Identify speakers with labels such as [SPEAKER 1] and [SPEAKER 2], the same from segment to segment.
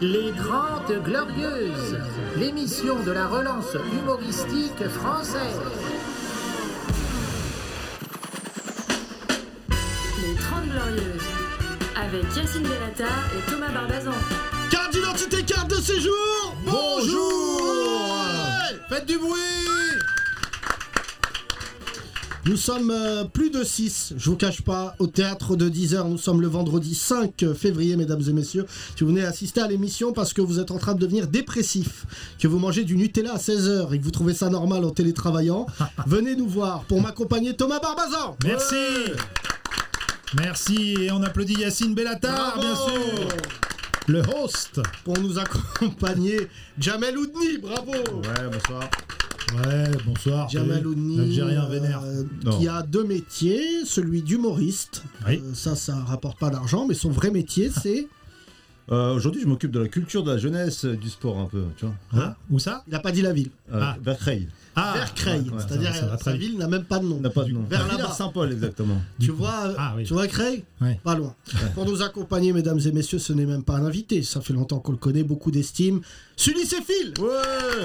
[SPEAKER 1] Les 30 Glorieuses, l'émission de la relance humoristique française.
[SPEAKER 2] Les 30 Glorieuses, avec Yacine Delata et Thomas Barbazan.
[SPEAKER 3] Carte d'identité, carte de séjour Ouais Faites du bruit Nous sommes euh, plus de 6, je vous cache pas, au théâtre de 10h. Nous sommes le vendredi 5 février, mesdames et messieurs. Si vous venez assister à l'émission parce que vous êtes en train de devenir dépressif, que vous mangez du Nutella à 16h et que vous trouvez ça normal en télétravaillant, venez nous voir pour m'accompagner Thomas Barbazan
[SPEAKER 4] Merci Merci et on applaudit Yacine Bellatar,
[SPEAKER 3] Bravo
[SPEAKER 4] Ah, bien sûr, le host.
[SPEAKER 3] Pour nous accompagner Jamel Oudni, bravo
[SPEAKER 4] Ouais, bonsoir. Ouais, bonsoir.
[SPEAKER 3] Jamal
[SPEAKER 4] Salut.
[SPEAKER 3] Ouni,
[SPEAKER 4] L'Algérien vénère.
[SPEAKER 3] euh,
[SPEAKER 4] Non.
[SPEAKER 3] qui a deux métiers, celui d'humoriste,
[SPEAKER 4] Oui.
[SPEAKER 3] Euh, ça ça rapporte pas d'argent, mais son vrai métier c'est...
[SPEAKER 5] Euh, Aujourd'hui, je m'occupe de la culture, de la jeunesse, euh, du sport un peu, tu vois.
[SPEAKER 4] Hein Où ça
[SPEAKER 3] Il a pas dit la ville,
[SPEAKER 5] Euh,
[SPEAKER 4] Ah.
[SPEAKER 5] Vers Creil.
[SPEAKER 4] Ah,
[SPEAKER 3] vers Creil,
[SPEAKER 5] ouais, ouais,
[SPEAKER 3] c'est-à-dire
[SPEAKER 4] ça va, ça va
[SPEAKER 3] euh,
[SPEAKER 4] très
[SPEAKER 3] sa
[SPEAKER 4] vite.
[SPEAKER 3] ville n'a même pas de nom.
[SPEAKER 5] On n'a pas de nom.
[SPEAKER 3] vers là-bas.
[SPEAKER 5] Saint-Paul, exactement.
[SPEAKER 3] Tu vois, euh,
[SPEAKER 4] Ah, oui.
[SPEAKER 3] tu vois Creil
[SPEAKER 4] Ouais.
[SPEAKER 3] Pas loin. Pour nous accompagner, mesdames et messieurs, ce n'est même pas un invité, ça fait longtemps qu'on le connaît, beaucoup d'estime. Sully Céphile
[SPEAKER 5] Ouais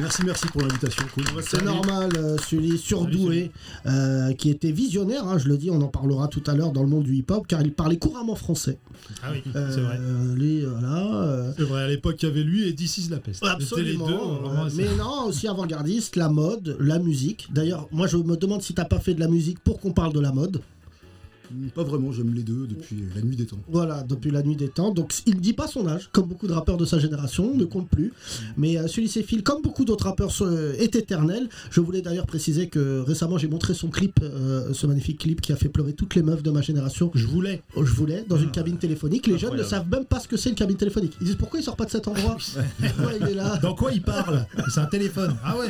[SPEAKER 5] Merci, merci pour l'invitation. Cool.
[SPEAKER 3] C'est normal, euh, Sully, surdoué, euh, qui était visionnaire, hein, je le dis, on en parlera tout à l'heure dans le monde du hip-hop, car il parlait couramment français.
[SPEAKER 4] ah oui, c'est
[SPEAKER 3] Euh,
[SPEAKER 4] vrai.
[SPEAKER 3] lui, voilà, euh,
[SPEAKER 4] C'est vrai, à l'époque, il y avait lui et DC la peste.
[SPEAKER 3] Absolument.
[SPEAKER 4] C'était les deux, hein,
[SPEAKER 3] euh,
[SPEAKER 4] vraiment, c'est-
[SPEAKER 3] mais non, aussi avant-gardiste, la mode, la musique. D'ailleurs, moi je me demande si t'as pas fait de la musique pour qu'on parle de la mode.
[SPEAKER 6] Pas vraiment, j'aime les deux depuis la nuit des temps.
[SPEAKER 3] Voilà, depuis la nuit des temps. Donc il ne dit pas son âge, comme beaucoup de rappeurs de sa génération, on ne compte plus. Mais euh, Sully Céphile, comme beaucoup d'autres rappeurs, ce- euh, est éternel. Je voulais d'ailleurs préciser que récemment j'ai montré son clip, euh, ce magnifique clip qui a fait pleurer toutes les meufs de ma génération.
[SPEAKER 4] Je voulais.
[SPEAKER 3] Oh, Je voulais, dans une
[SPEAKER 4] Ah.
[SPEAKER 3] cabine téléphonique. Les jeunes ne
[SPEAKER 5] Incroyable.
[SPEAKER 3] savent même pas ce que c'est une cabine téléphonique. Ils disent pourquoi il sort pas de cet endroit Pourquoi il est là
[SPEAKER 4] Dans quoi il parle C'est un téléphone. Ah ouais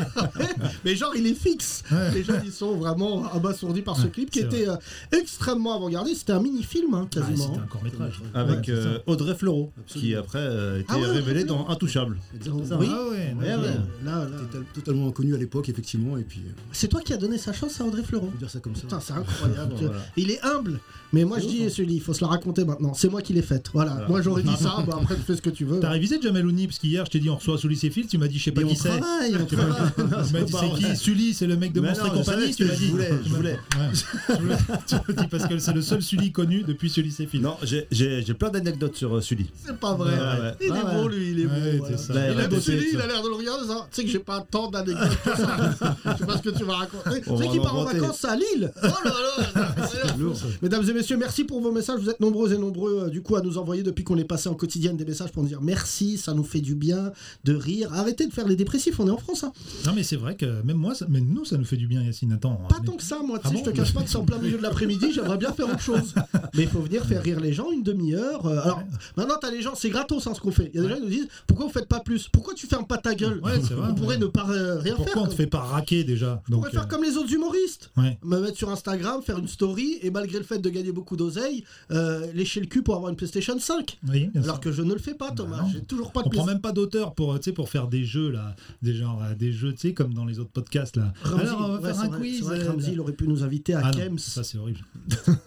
[SPEAKER 3] Mais genre, il est fixe.
[SPEAKER 4] Ouais.
[SPEAKER 3] Les gens, ils sont vraiment abasourdis par ce clip qui
[SPEAKER 4] c'est
[SPEAKER 3] était euh, extrêmement avant-gardiste. C'était un mini-film, hein,
[SPEAKER 4] Ah,
[SPEAKER 3] quasiment.
[SPEAKER 4] C'était un court-métrage. Ouais,
[SPEAKER 5] Avec
[SPEAKER 4] c'est
[SPEAKER 5] euh, Audrey Fleurot, qui après euh, a été
[SPEAKER 3] Ah ouais, Audrey
[SPEAKER 5] révélée dans Intouchable.
[SPEAKER 6] Exactement.
[SPEAKER 4] ça.
[SPEAKER 3] oui.
[SPEAKER 4] Ah ouais,
[SPEAKER 3] Ouais,
[SPEAKER 4] d'accord.
[SPEAKER 3] ouais, là, là.
[SPEAKER 6] Total- totalement inconnu à l'époque, effectivement, et puis euh,
[SPEAKER 3] C'est toi qui as donné sa chance à Audrey Fleuron.
[SPEAKER 6] faut dire ça comme ça.
[SPEAKER 3] Putain, c'est incroyable.
[SPEAKER 5] Voilà.
[SPEAKER 3] Il est humble. Mais moi, je dis, celui, il faut se la raconter maintenant. C'est moi qui l'ai faite. Voilà.
[SPEAKER 5] Voilà.
[SPEAKER 3] Moi, j'aurais dit ça. bah, après, tu fais ce que tu veux.
[SPEAKER 4] T'as révisé Jamel Ouni parce qu'hier je t'ai dit on reçoit Sully Seyfield, tu m'as dit je sais pas
[SPEAKER 3] Et on
[SPEAKER 4] qui c'est.
[SPEAKER 3] travaille, on
[SPEAKER 4] Tu m'as-
[SPEAKER 3] travaille.
[SPEAKER 4] tu m'as dit c'est qui Sully, c'est le mec de
[SPEAKER 5] Mais
[SPEAKER 4] Monstre
[SPEAKER 5] non,
[SPEAKER 4] et
[SPEAKER 5] je savais
[SPEAKER 4] compagnie,
[SPEAKER 5] ce
[SPEAKER 4] tu
[SPEAKER 5] que
[SPEAKER 4] m'as
[SPEAKER 5] je
[SPEAKER 4] dit.
[SPEAKER 5] voulais, je
[SPEAKER 4] Tu m'as-
[SPEAKER 5] voulais.
[SPEAKER 4] Ouais. Tu me l'as- tu me dis parce que c'est le seul Sully connu depuis Sully Seyfield.
[SPEAKER 5] Non, j'ai- j'ai j'ai plein d'anecdotes sur euh, Sully.
[SPEAKER 3] C'est pas vrai.
[SPEAKER 5] Ouais, ouais.
[SPEAKER 3] Il est
[SPEAKER 5] Ouais,
[SPEAKER 3] bon,
[SPEAKER 5] ouais.
[SPEAKER 3] lui. Il est
[SPEAKER 4] Ouais, c'est
[SPEAKER 3] bon. voilà.
[SPEAKER 4] Eh, ça.
[SPEAKER 5] Là,
[SPEAKER 3] Il
[SPEAKER 5] a
[SPEAKER 3] aime
[SPEAKER 5] bossé,
[SPEAKER 3] celui,
[SPEAKER 5] ça.
[SPEAKER 3] il a l'air de le regarder. ça. Tu sais que j'ai pas tant d'anecdotes que ça. Je sais pas ce que tu vas raconter. Tu
[SPEAKER 5] On
[SPEAKER 3] sais
[SPEAKER 5] va
[SPEAKER 3] qu'il part en
[SPEAKER 5] l'inventer.
[SPEAKER 3] vacances à Lille. Oh là là. c'est lourd. Mesdames et messieurs, merci pour vos messages. Vous êtes nombreux et nombreux euh, du coup à nous envoyer depuis qu'on est passé en quotidienne des messages pour nous dire merci, ça nous fait du bien de rire. Arrêtez de faire les dépressifs, on est en France. hein.
[SPEAKER 4] Non mais c'est vrai que même moi, ça- mais nous ça nous fait du bien Yacine. Attends,
[SPEAKER 3] Pas
[SPEAKER 4] on est-
[SPEAKER 3] tant que ça, moi. Tu
[SPEAKER 4] Ah
[SPEAKER 3] sais,
[SPEAKER 4] bon
[SPEAKER 3] je te cache pas que c'est en plein milieu de l'après-midi, j'aimerais bien faire autre chose. Mais il faut venir faire rire les gens une demi-heure. euh, Alors maintenant, t'as les gens, c'est gratos hein, ce qu'on fait. Il y a des gens qui nous disent pourquoi vous faites pas plus Pourquoi tu fermes pas ta gueule
[SPEAKER 4] Ouais, c'est vrai.
[SPEAKER 3] On pourrait ne pas euh, rien
[SPEAKER 4] Pourquoi
[SPEAKER 3] faire.
[SPEAKER 4] on
[SPEAKER 3] quoi.
[SPEAKER 4] te fait pas raquer déjà
[SPEAKER 3] On
[SPEAKER 4] Donc,
[SPEAKER 3] pourrait faire
[SPEAKER 4] euh,
[SPEAKER 3] comme les autres humoristes.
[SPEAKER 4] Ouais.
[SPEAKER 3] me mettre sur Instagram, faire une story, et malgré le fait de gagner beaucoup d'oseille, euh, lécher le cul pour avoir une PlayStation 5.
[SPEAKER 4] Oui, bien
[SPEAKER 3] Alors
[SPEAKER 4] sûr. Bah
[SPEAKER 3] que je ne le fais pas, Thomas.
[SPEAKER 4] non.
[SPEAKER 3] J'ai toujours pas de
[SPEAKER 4] On prend
[SPEAKER 3] PlayStation.
[SPEAKER 4] même pas d'auteur pour, euh, tu sais, pour faire des jeux là, des genres, euh, des jeux, tu sais, comme dans les autres podcasts là.
[SPEAKER 3] Ramsey,
[SPEAKER 4] Alors on va
[SPEAKER 3] ouais,
[SPEAKER 4] faire
[SPEAKER 3] c'est
[SPEAKER 4] un
[SPEAKER 3] vrai-
[SPEAKER 4] quiz.
[SPEAKER 3] c'est vrai que
[SPEAKER 4] euh,
[SPEAKER 3] Ramsey, il aurait pu nous inviter à
[SPEAKER 4] ah, non,
[SPEAKER 3] Kems.
[SPEAKER 4] ça c'est horrible.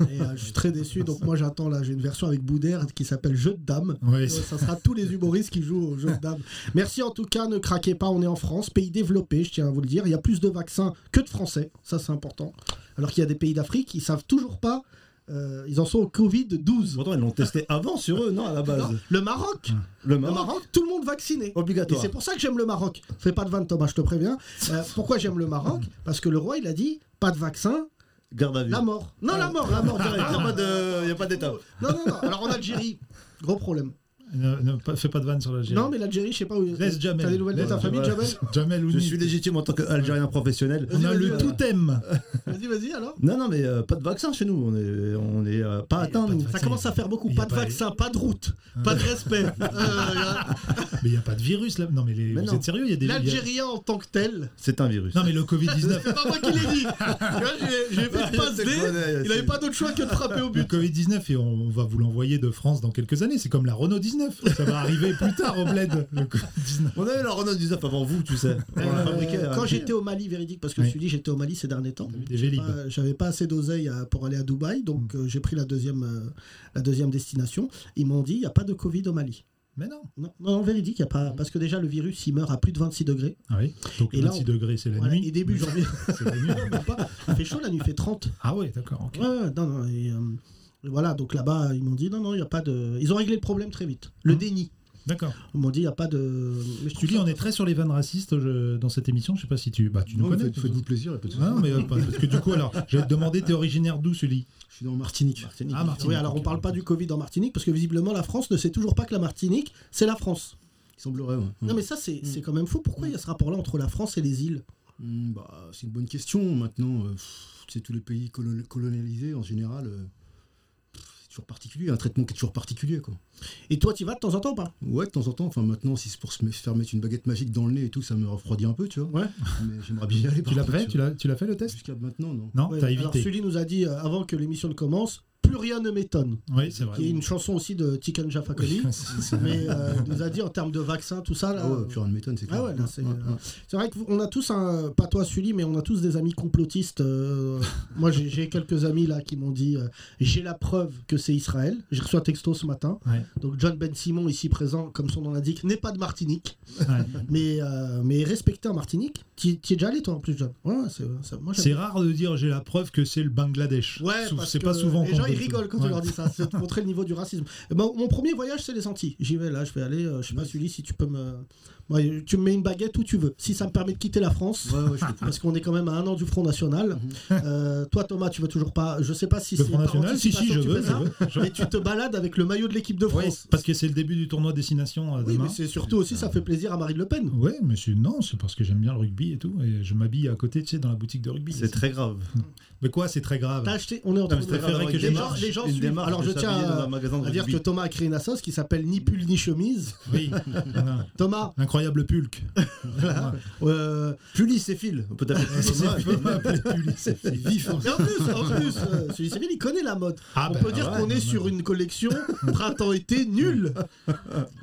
[SPEAKER 3] Et, euh, je suis très déçu. Donc moi j'attends là, j'ai une version avec Boudère qui s'appelle Jeu de dames.
[SPEAKER 4] Ouais,
[SPEAKER 3] Ouais,
[SPEAKER 4] c'est-
[SPEAKER 3] ça sera tous les humoristes qui jouent au jeu de dames. Merci en tout cas, ne craquez pas, on est en France, pays développé, je tiens à vous le dire. Il y a plus de vaccins que de Français, ça c'est important. Alors qu'il y a des pays d'Afrique qui savent toujours pas, euh, ils en sont au Covid-12.
[SPEAKER 5] Pourtant, ils l'ont testé avant sur eux, non, à la
[SPEAKER 3] Alors,
[SPEAKER 5] base.
[SPEAKER 3] Le Maroc,
[SPEAKER 5] Le
[SPEAKER 3] le
[SPEAKER 5] bah, Maroc,
[SPEAKER 3] Maroc, tout le monde vacciné. Et
[SPEAKER 5] obligatoire.
[SPEAKER 3] c'est pour ça que j'aime le Maroc. Fais pas de vanne, Thomas, je te préviens. Euh, pourquoi j'aime le Maroc Parce que le roi, il a dit pas de vaccin,
[SPEAKER 5] Garde à vue.
[SPEAKER 3] la mort. ah. Non, la mort, la mort
[SPEAKER 5] Il n'y
[SPEAKER 3] direct.
[SPEAKER 5] a pas Ah, de- il y a pas d'étape.
[SPEAKER 3] Non, non, non. Alors en Algérie, gros problème.
[SPEAKER 4] ne, ne- pas- fais pas de vanne sur l'Algérie.
[SPEAKER 3] Non, mais l'Algérie, je sais pas où.
[SPEAKER 4] Laisse
[SPEAKER 3] T'as
[SPEAKER 4] Jamel.
[SPEAKER 3] des nouvelles de
[SPEAKER 4] Laisse
[SPEAKER 3] ta famille, Jamel
[SPEAKER 4] Jamel. Jamel
[SPEAKER 5] Je
[SPEAKER 4] Ouni.
[SPEAKER 5] suis légitime en tant qu'Algérien professionnel.
[SPEAKER 4] On a
[SPEAKER 3] Vas-y,
[SPEAKER 4] le
[SPEAKER 3] vas-y,
[SPEAKER 4] tout aime.
[SPEAKER 3] Vas-y, vas-y, alors.
[SPEAKER 5] Non, non, mais euh, pas de vaccin chez nous. On est, on est euh, pas atteint.
[SPEAKER 4] pas de
[SPEAKER 5] nous.
[SPEAKER 4] vaccin.
[SPEAKER 3] Ça commence à faire beaucoup.
[SPEAKER 4] Il y a
[SPEAKER 3] Pas de
[SPEAKER 4] pas-
[SPEAKER 3] vaccin, pas de route, pas de respect. Euh, regarde.
[SPEAKER 4] Mais il n'y a pas de virus là. Non, mais, les-
[SPEAKER 5] Mais
[SPEAKER 4] vous
[SPEAKER 5] non.
[SPEAKER 4] êtes sérieux Il y a des. il y a-
[SPEAKER 3] L'Algérien en tant que tel.
[SPEAKER 5] C'est un virus.
[SPEAKER 4] Non, mais le Covid-19.
[SPEAKER 3] C'est pas moi qui l'ai dit. Tu vois, j'ai- J'ai fait
[SPEAKER 5] Ouais,
[SPEAKER 3] une passe
[SPEAKER 5] c'est
[SPEAKER 3] D.
[SPEAKER 5] le bonnet,
[SPEAKER 3] Il avait
[SPEAKER 5] c'est-
[SPEAKER 3] pas d'autre choix que de frapper au
[SPEAKER 4] le
[SPEAKER 3] but.
[SPEAKER 4] Covid-19, et on va vous l'envoyer de France dans quelques années. C'est comme la Renault 19. Ça va arriver plus tard au bled, le Covid-19.
[SPEAKER 5] On avait la Renault 19 avant vous, tu sais. On l'a
[SPEAKER 3] Euh,
[SPEAKER 5] fabriqué, euh,
[SPEAKER 3] quand j'étais au Mali, véridique, parce que
[SPEAKER 4] Ah, Oui.
[SPEAKER 3] je suis dit j'étais au Mali ces derniers temps.
[SPEAKER 4] Des Mm. Vélib.
[SPEAKER 3] Euh, J'avais pas assez d'oseille à- pour aller à euh, Dubaï, donc euh, j'ai pris la deuxième, euh, la deuxième destination. Ils m'ont dit il n'y a pas de Covid au Mali.
[SPEAKER 4] Mais non.
[SPEAKER 3] Non, non, véridique, y a
[SPEAKER 4] Mm.
[SPEAKER 3] pas, parce que déjà le virus il meurt à plus de 26 degrés.
[SPEAKER 4] Ah oui. Donc
[SPEAKER 3] Et là,
[SPEAKER 4] 26 degrés, c'est la
[SPEAKER 3] Voilà,
[SPEAKER 4] nuit.
[SPEAKER 3] et début janvier,
[SPEAKER 4] C'est la nuit.
[SPEAKER 3] même pas. il fait chaud la nuit, il fait 30.
[SPEAKER 4] Ah ouais, d'accord. ok.
[SPEAKER 3] Ouais, ouais, non, non, et, euh, et voilà, donc là-bas ils m'ont dit non, non, il n'y a pas de. Ils ont réglé le problème très vite. Le
[SPEAKER 4] Mhm.
[SPEAKER 3] déni.
[SPEAKER 4] D'accord.
[SPEAKER 3] Ils m'ont dit il n'y a pas de. Mais je
[SPEAKER 4] Tu
[SPEAKER 3] trouve
[SPEAKER 4] dis,
[SPEAKER 3] ça-
[SPEAKER 4] on est très sur les vannes racistes je- dans cette émission. Je sais pas si tu, bah, tu nous
[SPEAKER 6] Non,
[SPEAKER 4] connais.
[SPEAKER 6] faites- Faites-vous plaisir, y a pas de souci.
[SPEAKER 4] Non, mais euh, pas- parce que du coup, alors, je vais te demander, t'es originaire d'où, Sully
[SPEAKER 6] Je suis dans Martinique.
[SPEAKER 4] Ah, Martinique.
[SPEAKER 3] Oui, alors on
[SPEAKER 4] ok.
[SPEAKER 3] parle pas du Covid en Martinique parce que visiblement la France ne sait toujours pas que la Martinique, c'est la France.
[SPEAKER 6] Il semblerait, ouais.
[SPEAKER 4] Hmm.
[SPEAKER 3] Non mais ça c'est
[SPEAKER 6] Mm.
[SPEAKER 3] c'est quand même fou. Pourquoi il y a ce rapport-là entre la France et les îles
[SPEAKER 6] Hmm, bah, c'est une bonne question. Maintenant, euh, pff, tu sais, tous les pays colon- colonialisés, en général, euh, pff, c'est toujours particulier. Un traitement qui est toujours particulier, quoi.
[SPEAKER 3] Et toi tu vas de temps en temps ou pas
[SPEAKER 6] Ouais, de temps en temps. Enfin, maintenant, si c'est pour se me- faire mettre une baguette magique dans le nez et tout, ça me refroidit un peu, tu vois.
[SPEAKER 3] Ouais.
[SPEAKER 6] Mais j'aimerais bien y aller. par
[SPEAKER 4] Tu l'as
[SPEAKER 6] contre,
[SPEAKER 4] fait Tu l'as- tu l'as fait le test
[SPEAKER 6] Jusqu'à maintenant, non.
[SPEAKER 4] Non,
[SPEAKER 3] Ouais,
[SPEAKER 4] t'as
[SPEAKER 3] Alors
[SPEAKER 4] évité.
[SPEAKER 3] Sully nous a dit euh, avant que l'émission ne commence, plus rien ne m'étonne.
[SPEAKER 4] Oui, c'est vrai.
[SPEAKER 3] Il y a une chanson aussi de Tikan Jaffa Coli,
[SPEAKER 4] C'est- c'est-
[SPEAKER 3] mais euh, il nous a dit en termes de vaccins tout ça là.
[SPEAKER 6] Ah
[SPEAKER 4] Oh,
[SPEAKER 6] ouais, plus rien ne m'étonne, c'est
[SPEAKER 3] Ah
[SPEAKER 6] clair.
[SPEAKER 3] ouais, là, c'est-
[SPEAKER 6] Ouais,
[SPEAKER 3] euh,
[SPEAKER 6] ouais.
[SPEAKER 3] C'est vrai qu'on a tous un, pas toi Sully, mais on a tous des amis complotistes. euh, moi, j'ai j'ai quelques amis là qui m'ont dit euh, j'ai la preuve que c'est Israël. J'ai reçu un texto ce matin.
[SPEAKER 4] Ouais.
[SPEAKER 3] Donc John Ben Simon ici présent, comme son nom l'indique, n'est pas de Martinique,
[SPEAKER 4] ouais.
[SPEAKER 3] mais euh, mais respecté en Martinique. Tu es déjà allé toi en plus, John Ouais, ouais, c'est c'est- moi. j'aime
[SPEAKER 4] C'est rare de dire j'ai la preuve que c'est le Bangladesh.
[SPEAKER 3] Ouais,
[SPEAKER 4] Sou-
[SPEAKER 3] parce
[SPEAKER 4] c'est
[SPEAKER 3] que
[SPEAKER 4] pas souvent.
[SPEAKER 3] Les
[SPEAKER 4] qu'on
[SPEAKER 3] gens ils
[SPEAKER 4] dit-
[SPEAKER 3] rigolent quand
[SPEAKER 4] Ouais.
[SPEAKER 3] tu leur dis ça. C'est pour montrer le niveau du racisme. Eh ben, mon premier voyage, c'est les Antilles. J'y vais là, je vais aller. euh, je sais pas, Sully, si tu peux me. Moi, tu me mets une baguette où tu veux. Si ça me permet de quitter la France.
[SPEAKER 6] Ouais, ouais, je comprends.
[SPEAKER 3] Parce qu'on est quand même à un an du Front National. Euh, toi, Thomas, tu veux toujours pas. Je sais pas si
[SPEAKER 4] Mhm. Le
[SPEAKER 3] c'est
[SPEAKER 4] Front
[SPEAKER 3] par
[SPEAKER 4] National Si, si,
[SPEAKER 3] anticipation
[SPEAKER 4] je
[SPEAKER 3] que tu
[SPEAKER 4] veux.
[SPEAKER 3] fais
[SPEAKER 4] je
[SPEAKER 3] ça,
[SPEAKER 4] veux.
[SPEAKER 3] Mais tu te balades avec le maillot de l'équipe de
[SPEAKER 4] Oui,
[SPEAKER 3] France.
[SPEAKER 4] parce que c'est le début du tournoi destination euh,
[SPEAKER 3] Oui,
[SPEAKER 4] demain.
[SPEAKER 3] mais c'est surtout aussi, ça fait plaisir à Marine Le Pen.
[SPEAKER 4] Ouais, mais c'est- non, c'est parce que j'aime bien le rugby et tout, et je m'habille à côté, tu sais, dans la boutique de rugby.
[SPEAKER 5] C'est très grave.
[SPEAKER 4] Mais quoi, c'est très grave.
[SPEAKER 3] T'as acheté. On est en
[SPEAKER 5] Non,
[SPEAKER 3] train
[SPEAKER 5] mais
[SPEAKER 3] de
[SPEAKER 5] c'est très grave
[SPEAKER 4] préférais
[SPEAKER 5] d'avoir
[SPEAKER 4] que
[SPEAKER 5] une
[SPEAKER 4] les gens-
[SPEAKER 5] démarche-
[SPEAKER 3] les gens
[SPEAKER 5] une
[SPEAKER 3] suivent.
[SPEAKER 5] démarche
[SPEAKER 3] Alors,
[SPEAKER 5] de
[SPEAKER 3] je tiens
[SPEAKER 5] s'habiller
[SPEAKER 3] à-
[SPEAKER 5] dans un magasin de
[SPEAKER 3] à dire que
[SPEAKER 5] rugby.
[SPEAKER 3] Thomas a créé une assoce qui s'appelle Ni pull ni chemise.
[SPEAKER 4] Oui. Voilà.
[SPEAKER 3] Thomas,
[SPEAKER 4] L'incroyable pulque.
[SPEAKER 3] euh,
[SPEAKER 5] Pulis et fil. On peut t'appeler Pulis et Phil.
[SPEAKER 4] vif. hein.
[SPEAKER 3] Mais en plus, en plus, euh, celui civil, il connaît la mode.
[SPEAKER 4] Ah
[SPEAKER 3] hein. on
[SPEAKER 4] bah,
[SPEAKER 3] peut dire
[SPEAKER 4] ouais,
[SPEAKER 3] qu'on est
[SPEAKER 4] ouais.
[SPEAKER 3] sur une collection printemps-été nulle.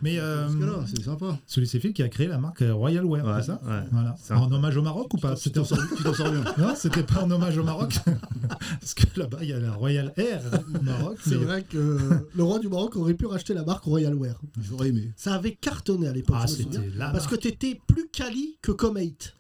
[SPEAKER 4] Mais euh,
[SPEAKER 6] Parce que là, c'est sympa.
[SPEAKER 4] celui c'est Phil qui a créé la marque euh, Royal Wear,
[SPEAKER 5] Ouais,
[SPEAKER 4] c'est ça
[SPEAKER 5] ouais.
[SPEAKER 4] Voilà.
[SPEAKER 5] C'est
[SPEAKER 4] En hommage au Maroc ou pas C'était en-
[SPEAKER 6] Tu t'en sors bien.
[SPEAKER 4] Non, c'était pas en hommage au Maroc. Parce que là-bas, il y a la Royal Air hein, au Maroc.
[SPEAKER 3] C'est
[SPEAKER 4] mais-
[SPEAKER 3] vrai que euh, le roi du Maroc aurait pu racheter la marque Royal Wear.
[SPEAKER 6] J'aurais aimé.
[SPEAKER 3] Ça avait cartonné à l'époque.
[SPEAKER 4] Ah,
[SPEAKER 3] je me souviens.
[SPEAKER 4] c'était là.
[SPEAKER 3] parce que t'étais plus quali que Comate.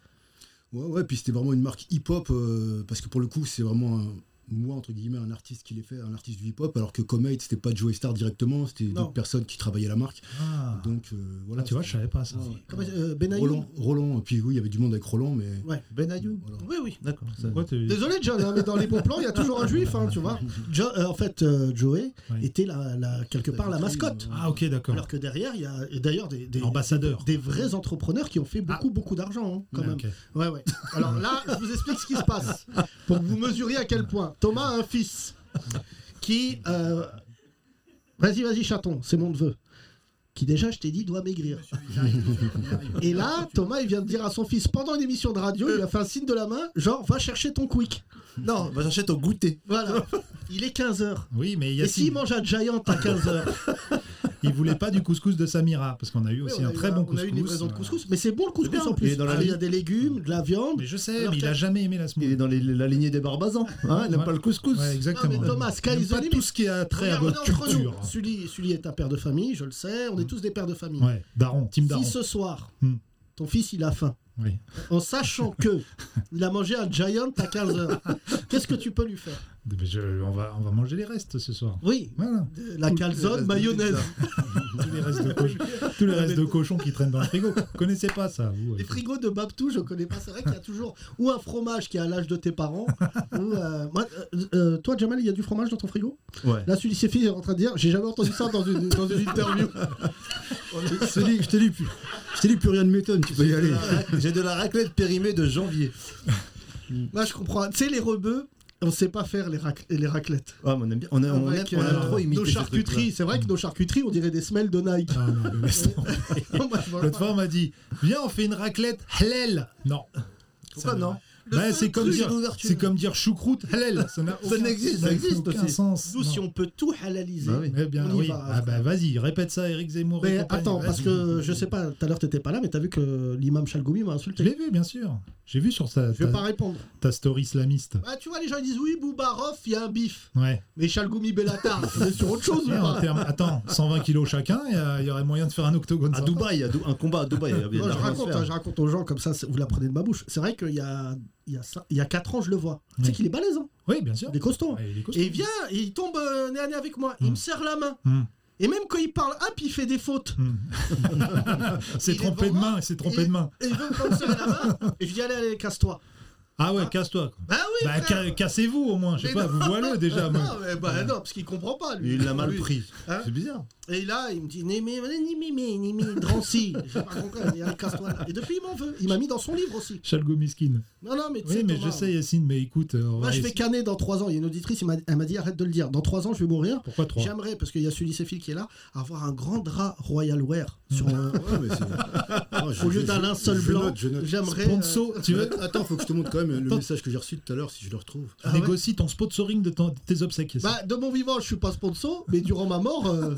[SPEAKER 6] Ouais, ouais, puis c'était vraiment une marque hip-hop, euh, parce que pour le coup, c'est vraiment un- moi, entre guillemets, un artiste qui l'ai fait, un artiste du hip-hop, alors que Comate, c'était pas Joey Star directement, c'était
[SPEAKER 3] Non.
[SPEAKER 6] d'autres personnes qui travaillaient la marque.
[SPEAKER 4] Ah,
[SPEAKER 6] Donc euh, voilà.
[SPEAKER 4] tu vois, je savais pas ça.
[SPEAKER 6] Ouais.
[SPEAKER 3] Comment- euh, Ben Ayoun
[SPEAKER 6] Roland, Roland, et puis oui, il y avait du monde avec Roland, mais.
[SPEAKER 5] Ben Ayoun.
[SPEAKER 6] voilà.
[SPEAKER 3] Oui, oui.
[SPEAKER 5] D'accord. ça-
[SPEAKER 4] Pourquoi tu-
[SPEAKER 3] Désolé John, hein, mais dans les bons plans, il y a toujours un juif, hein, tu vois. Jo- euh, en fait, euh, Joey
[SPEAKER 4] Oui.
[SPEAKER 3] était la, la- quelque part la mascotte.
[SPEAKER 4] Ah, ok, d'accord.
[SPEAKER 3] Alors que derrière, il y a et d'ailleurs des, des,
[SPEAKER 4] Ambassadeur.
[SPEAKER 3] des vrais entrepreneurs qui ont fait beaucoup, beaucoup d'argent, hein, quand
[SPEAKER 4] Ouais,
[SPEAKER 3] même.
[SPEAKER 4] ok.
[SPEAKER 3] Ouais, ouais. Alors là, je vous explique ce qui se passe pour que vous mesuriez à quel point. Thomas a un fils qui. euh, Vas-y, vas-y, chaton, c'est mon neveu. Qui déjà, je t'ai dit, doit maigrir. Et là, Thomas, il vient de dire à son fils pendant une émission de radio, il lui a fait un signe de la main, genre, va chercher ton quick.
[SPEAKER 5] Non, va chercher ton goûter.
[SPEAKER 3] Voilà. Il est 15h.
[SPEAKER 4] Oui, mais
[SPEAKER 3] Et s'il
[SPEAKER 4] Yacine,
[SPEAKER 3] mange un giant à 15h
[SPEAKER 4] il voulait pas du couscous de Samira, parce qu'on a eu aussi un très bon
[SPEAKER 3] On
[SPEAKER 4] couscous.
[SPEAKER 3] a eu une livraison de
[SPEAKER 4] euh,
[SPEAKER 3] couscous, mais c'est bon le
[SPEAKER 5] C'est
[SPEAKER 3] couscous
[SPEAKER 5] bien.
[SPEAKER 3] en plus.
[SPEAKER 5] Il est dans la
[SPEAKER 3] Ah, Il y a
[SPEAKER 5] vie.
[SPEAKER 3] des légumes, de la viande.
[SPEAKER 4] Mais je sais,
[SPEAKER 3] Alors
[SPEAKER 4] mais il a
[SPEAKER 3] t'as-
[SPEAKER 4] jamais aimé la smoothie.
[SPEAKER 5] Il est dans les- la lignée des Barbazans. Hein, il n'aime
[SPEAKER 4] Ouais.
[SPEAKER 5] pas le couscous.
[SPEAKER 4] Ouais, exactement.
[SPEAKER 3] Non, mais Thomas, Sky
[SPEAKER 4] Il aime
[SPEAKER 3] is the
[SPEAKER 4] pas
[SPEAKER 3] limit.
[SPEAKER 4] tout ce qui a trait à
[SPEAKER 3] Regardez
[SPEAKER 4] votre
[SPEAKER 3] entre
[SPEAKER 4] culture. Mm.
[SPEAKER 3] nous. Sully, Sully est un père de famille, je le sais. On est tous des pères de famille.
[SPEAKER 4] Ouais, Daron, Team Daron.
[SPEAKER 3] Si ce soir,
[SPEAKER 4] Hmm.
[SPEAKER 3] ton fils il a faim,
[SPEAKER 4] Oui.
[SPEAKER 3] en sachant que il a mangé un giant à 15 heures, qu'est-ce que tu peux lui faire
[SPEAKER 4] Mais je- on, va, on va manger les restes ce soir.
[SPEAKER 3] Oui,
[SPEAKER 4] Voilà.
[SPEAKER 3] de la calzone mayonnaise,
[SPEAKER 4] Tous les restes de cochon, tous les restes de cochon qui traînent dans le frigo. Vous connaissez pas ça, vous
[SPEAKER 3] Ah,
[SPEAKER 4] euh,
[SPEAKER 3] les frigos de Babtou, je connais pas. C'est vrai qu'il y a toujours ou un fromage qui est à l'âge de tes parents. ou, euh, moi, euh, euh, toi, Jamal, il y a du fromage dans ton frigo
[SPEAKER 5] Ouais.
[SPEAKER 3] Là, celui fils est en train de dire, j'ai jamais entendu ça dans une, dans une interview.
[SPEAKER 6] je t'ai dit, je t'ai dit, plus- je t'ai dit, plus rien ne m'étonne, tu peux y aller.
[SPEAKER 5] J'ai de la raclette périmée de janvier.
[SPEAKER 3] Là, je comprends. Tu sais, les rebeux, on sait pas faire les, rac- les raclettes.
[SPEAKER 5] Ouais, Ah, mais on aime bien. On a, on
[SPEAKER 3] Avec,
[SPEAKER 5] aime- on aime
[SPEAKER 3] euh,
[SPEAKER 5] trop imiter
[SPEAKER 3] nos
[SPEAKER 5] ces
[SPEAKER 3] charcuteries. C'est vrai que nos charcuteries, on dirait des semelles de Nike.
[SPEAKER 4] Ah non, mais laisse tomber.
[SPEAKER 3] Moi, je mange
[SPEAKER 4] L'autre
[SPEAKER 3] pas.
[SPEAKER 4] fois, on m'a dit Viens, on fait une raclette halal. Non.
[SPEAKER 5] trucs-là. Pourquoi non
[SPEAKER 7] Le
[SPEAKER 4] Bah,
[SPEAKER 7] seul
[SPEAKER 4] c'est comme
[SPEAKER 7] truc-
[SPEAKER 4] dire,
[SPEAKER 6] l'ouverture.
[SPEAKER 4] c'est comme dire choucroute, halal. Ça n'a aucun-
[SPEAKER 5] n'existe,
[SPEAKER 4] n'a
[SPEAKER 5] ça existe
[SPEAKER 4] aucun
[SPEAKER 5] aussi.
[SPEAKER 4] sens.
[SPEAKER 7] Nous,
[SPEAKER 4] Non.
[SPEAKER 7] si on peut tout halaliser.
[SPEAKER 5] Bah oui.
[SPEAKER 4] Eh bien,
[SPEAKER 3] On y
[SPEAKER 4] oui.
[SPEAKER 3] va.
[SPEAKER 4] Ah bah vas-y, répète ça, Eric Zemmour. et
[SPEAKER 3] Mais
[SPEAKER 4] compagnie,
[SPEAKER 3] attends,
[SPEAKER 4] vas-y.
[SPEAKER 3] parce que je sais pas, tout à l'heure t'étais pas là, mais t'as vu que l'imam Chalgoumi m'a
[SPEAKER 4] Je
[SPEAKER 3] insulté.
[SPEAKER 4] l'ai vu, bien sûr. J'ai vu sur ta,
[SPEAKER 3] Je vais
[SPEAKER 4] ta-
[SPEAKER 3] pas répondre.
[SPEAKER 4] ta story islamiste.
[SPEAKER 3] Bah, tu vois, les gens ils disent oui, Boubarov, il y a un bif.
[SPEAKER 4] Ouais.
[SPEAKER 3] Mais Chalgoumi Bellatar, on est sur autre chose ou
[SPEAKER 4] Et en
[SPEAKER 3] pas
[SPEAKER 4] termes- Attends, 120 kilos chacun, il y a- il y, aurait moyen de faire un octogone.
[SPEAKER 5] À
[SPEAKER 4] sympa.
[SPEAKER 5] Dubaï, à Dou- un combat à Dubaï. il y a- il y a
[SPEAKER 3] Non,
[SPEAKER 5] de
[SPEAKER 3] je
[SPEAKER 5] l'argent à se
[SPEAKER 3] raconte,
[SPEAKER 5] faire.
[SPEAKER 3] hein, je raconte aux gens comme ça, c'est- vous la prenez de ma bouche. C'est vrai qu'il y a, il y, a ça- il y a 4 ans, je le vois. Tu sais
[SPEAKER 4] Oui.
[SPEAKER 3] qu'il est balèzant,
[SPEAKER 4] Oui, bien sûr.
[SPEAKER 3] il est costaud. hein.
[SPEAKER 4] Ouais, il est costaud.
[SPEAKER 3] Et il vient, et il tombe euh, nez à nez avec moi, il
[SPEAKER 4] Mm.
[SPEAKER 3] me serre la main.
[SPEAKER 4] Mm.
[SPEAKER 3] Et même quand il parle, hop, il fait des fautes.
[SPEAKER 4] Hmm. c'est
[SPEAKER 3] Il est
[SPEAKER 4] trompé de
[SPEAKER 3] vraiment-
[SPEAKER 4] main, c'est trompé de main.
[SPEAKER 3] Et il veut me serrer la main, et je dis allez, allez, casse-toi.
[SPEAKER 4] Ah ouais, casse-toi. quoi.
[SPEAKER 3] Bah oui,
[SPEAKER 4] Bah,
[SPEAKER 3] frère.
[SPEAKER 4] ca- cassez-vous au moins, je sais
[SPEAKER 3] Mais
[SPEAKER 4] pas, vous voilà déjà. moi.
[SPEAKER 3] Non, mais bah, non, parce qu'il comprend pas. Lui.
[SPEAKER 5] Il l'a mal
[SPEAKER 3] Lui.
[SPEAKER 5] pris.
[SPEAKER 3] Hein
[SPEAKER 5] C'est bizarre.
[SPEAKER 3] Et là, il me dit Ni mais, ni mais, mais, ni mais, Drancy. J'ai pas compris, il dit, allez, casse-toi là. Et depuis, il m'en veut. Il m'a mis dans son livre aussi.
[SPEAKER 4] Chalgo Miskin.
[SPEAKER 3] Non, non, mais tu
[SPEAKER 4] Oui,
[SPEAKER 3] sais,
[SPEAKER 4] mais
[SPEAKER 3] Thomas,
[SPEAKER 4] je sais, Yacine, mais écoute, euh, on
[SPEAKER 3] Moi,
[SPEAKER 4] va
[SPEAKER 3] je
[SPEAKER 4] essayer-
[SPEAKER 3] vais canner dans 3 ans. Il y a une auditrice, il m'a- elle m'a dit arrête de le dire. Dans 3 ans, je vais mourir.
[SPEAKER 4] pourquoi 3
[SPEAKER 3] J'aimerais, parce qu'il y a celui Céphile qui est là, avoir un grand drap Royal Wear sur un-
[SPEAKER 6] Ouais, mais c'est- Ouais, je-
[SPEAKER 3] au lieu
[SPEAKER 6] je-
[SPEAKER 3] d'un
[SPEAKER 6] je-
[SPEAKER 3] linceul
[SPEAKER 6] je
[SPEAKER 3] blanc.
[SPEAKER 6] note, je note.
[SPEAKER 3] J'aimerais. euh,
[SPEAKER 4] Sponso, tu veux
[SPEAKER 6] Attends, faut que je te montre quand même le
[SPEAKER 4] Attends.
[SPEAKER 6] message que j'ai reçu tout à l'heure si je le retrouve.
[SPEAKER 3] Ah ouais
[SPEAKER 4] Négocie ton sponsoring de, ton- de tes obsèques. Yacine.
[SPEAKER 3] Bah, de mon vivant, je suis pas sponsor, mais durant ma mort, euh,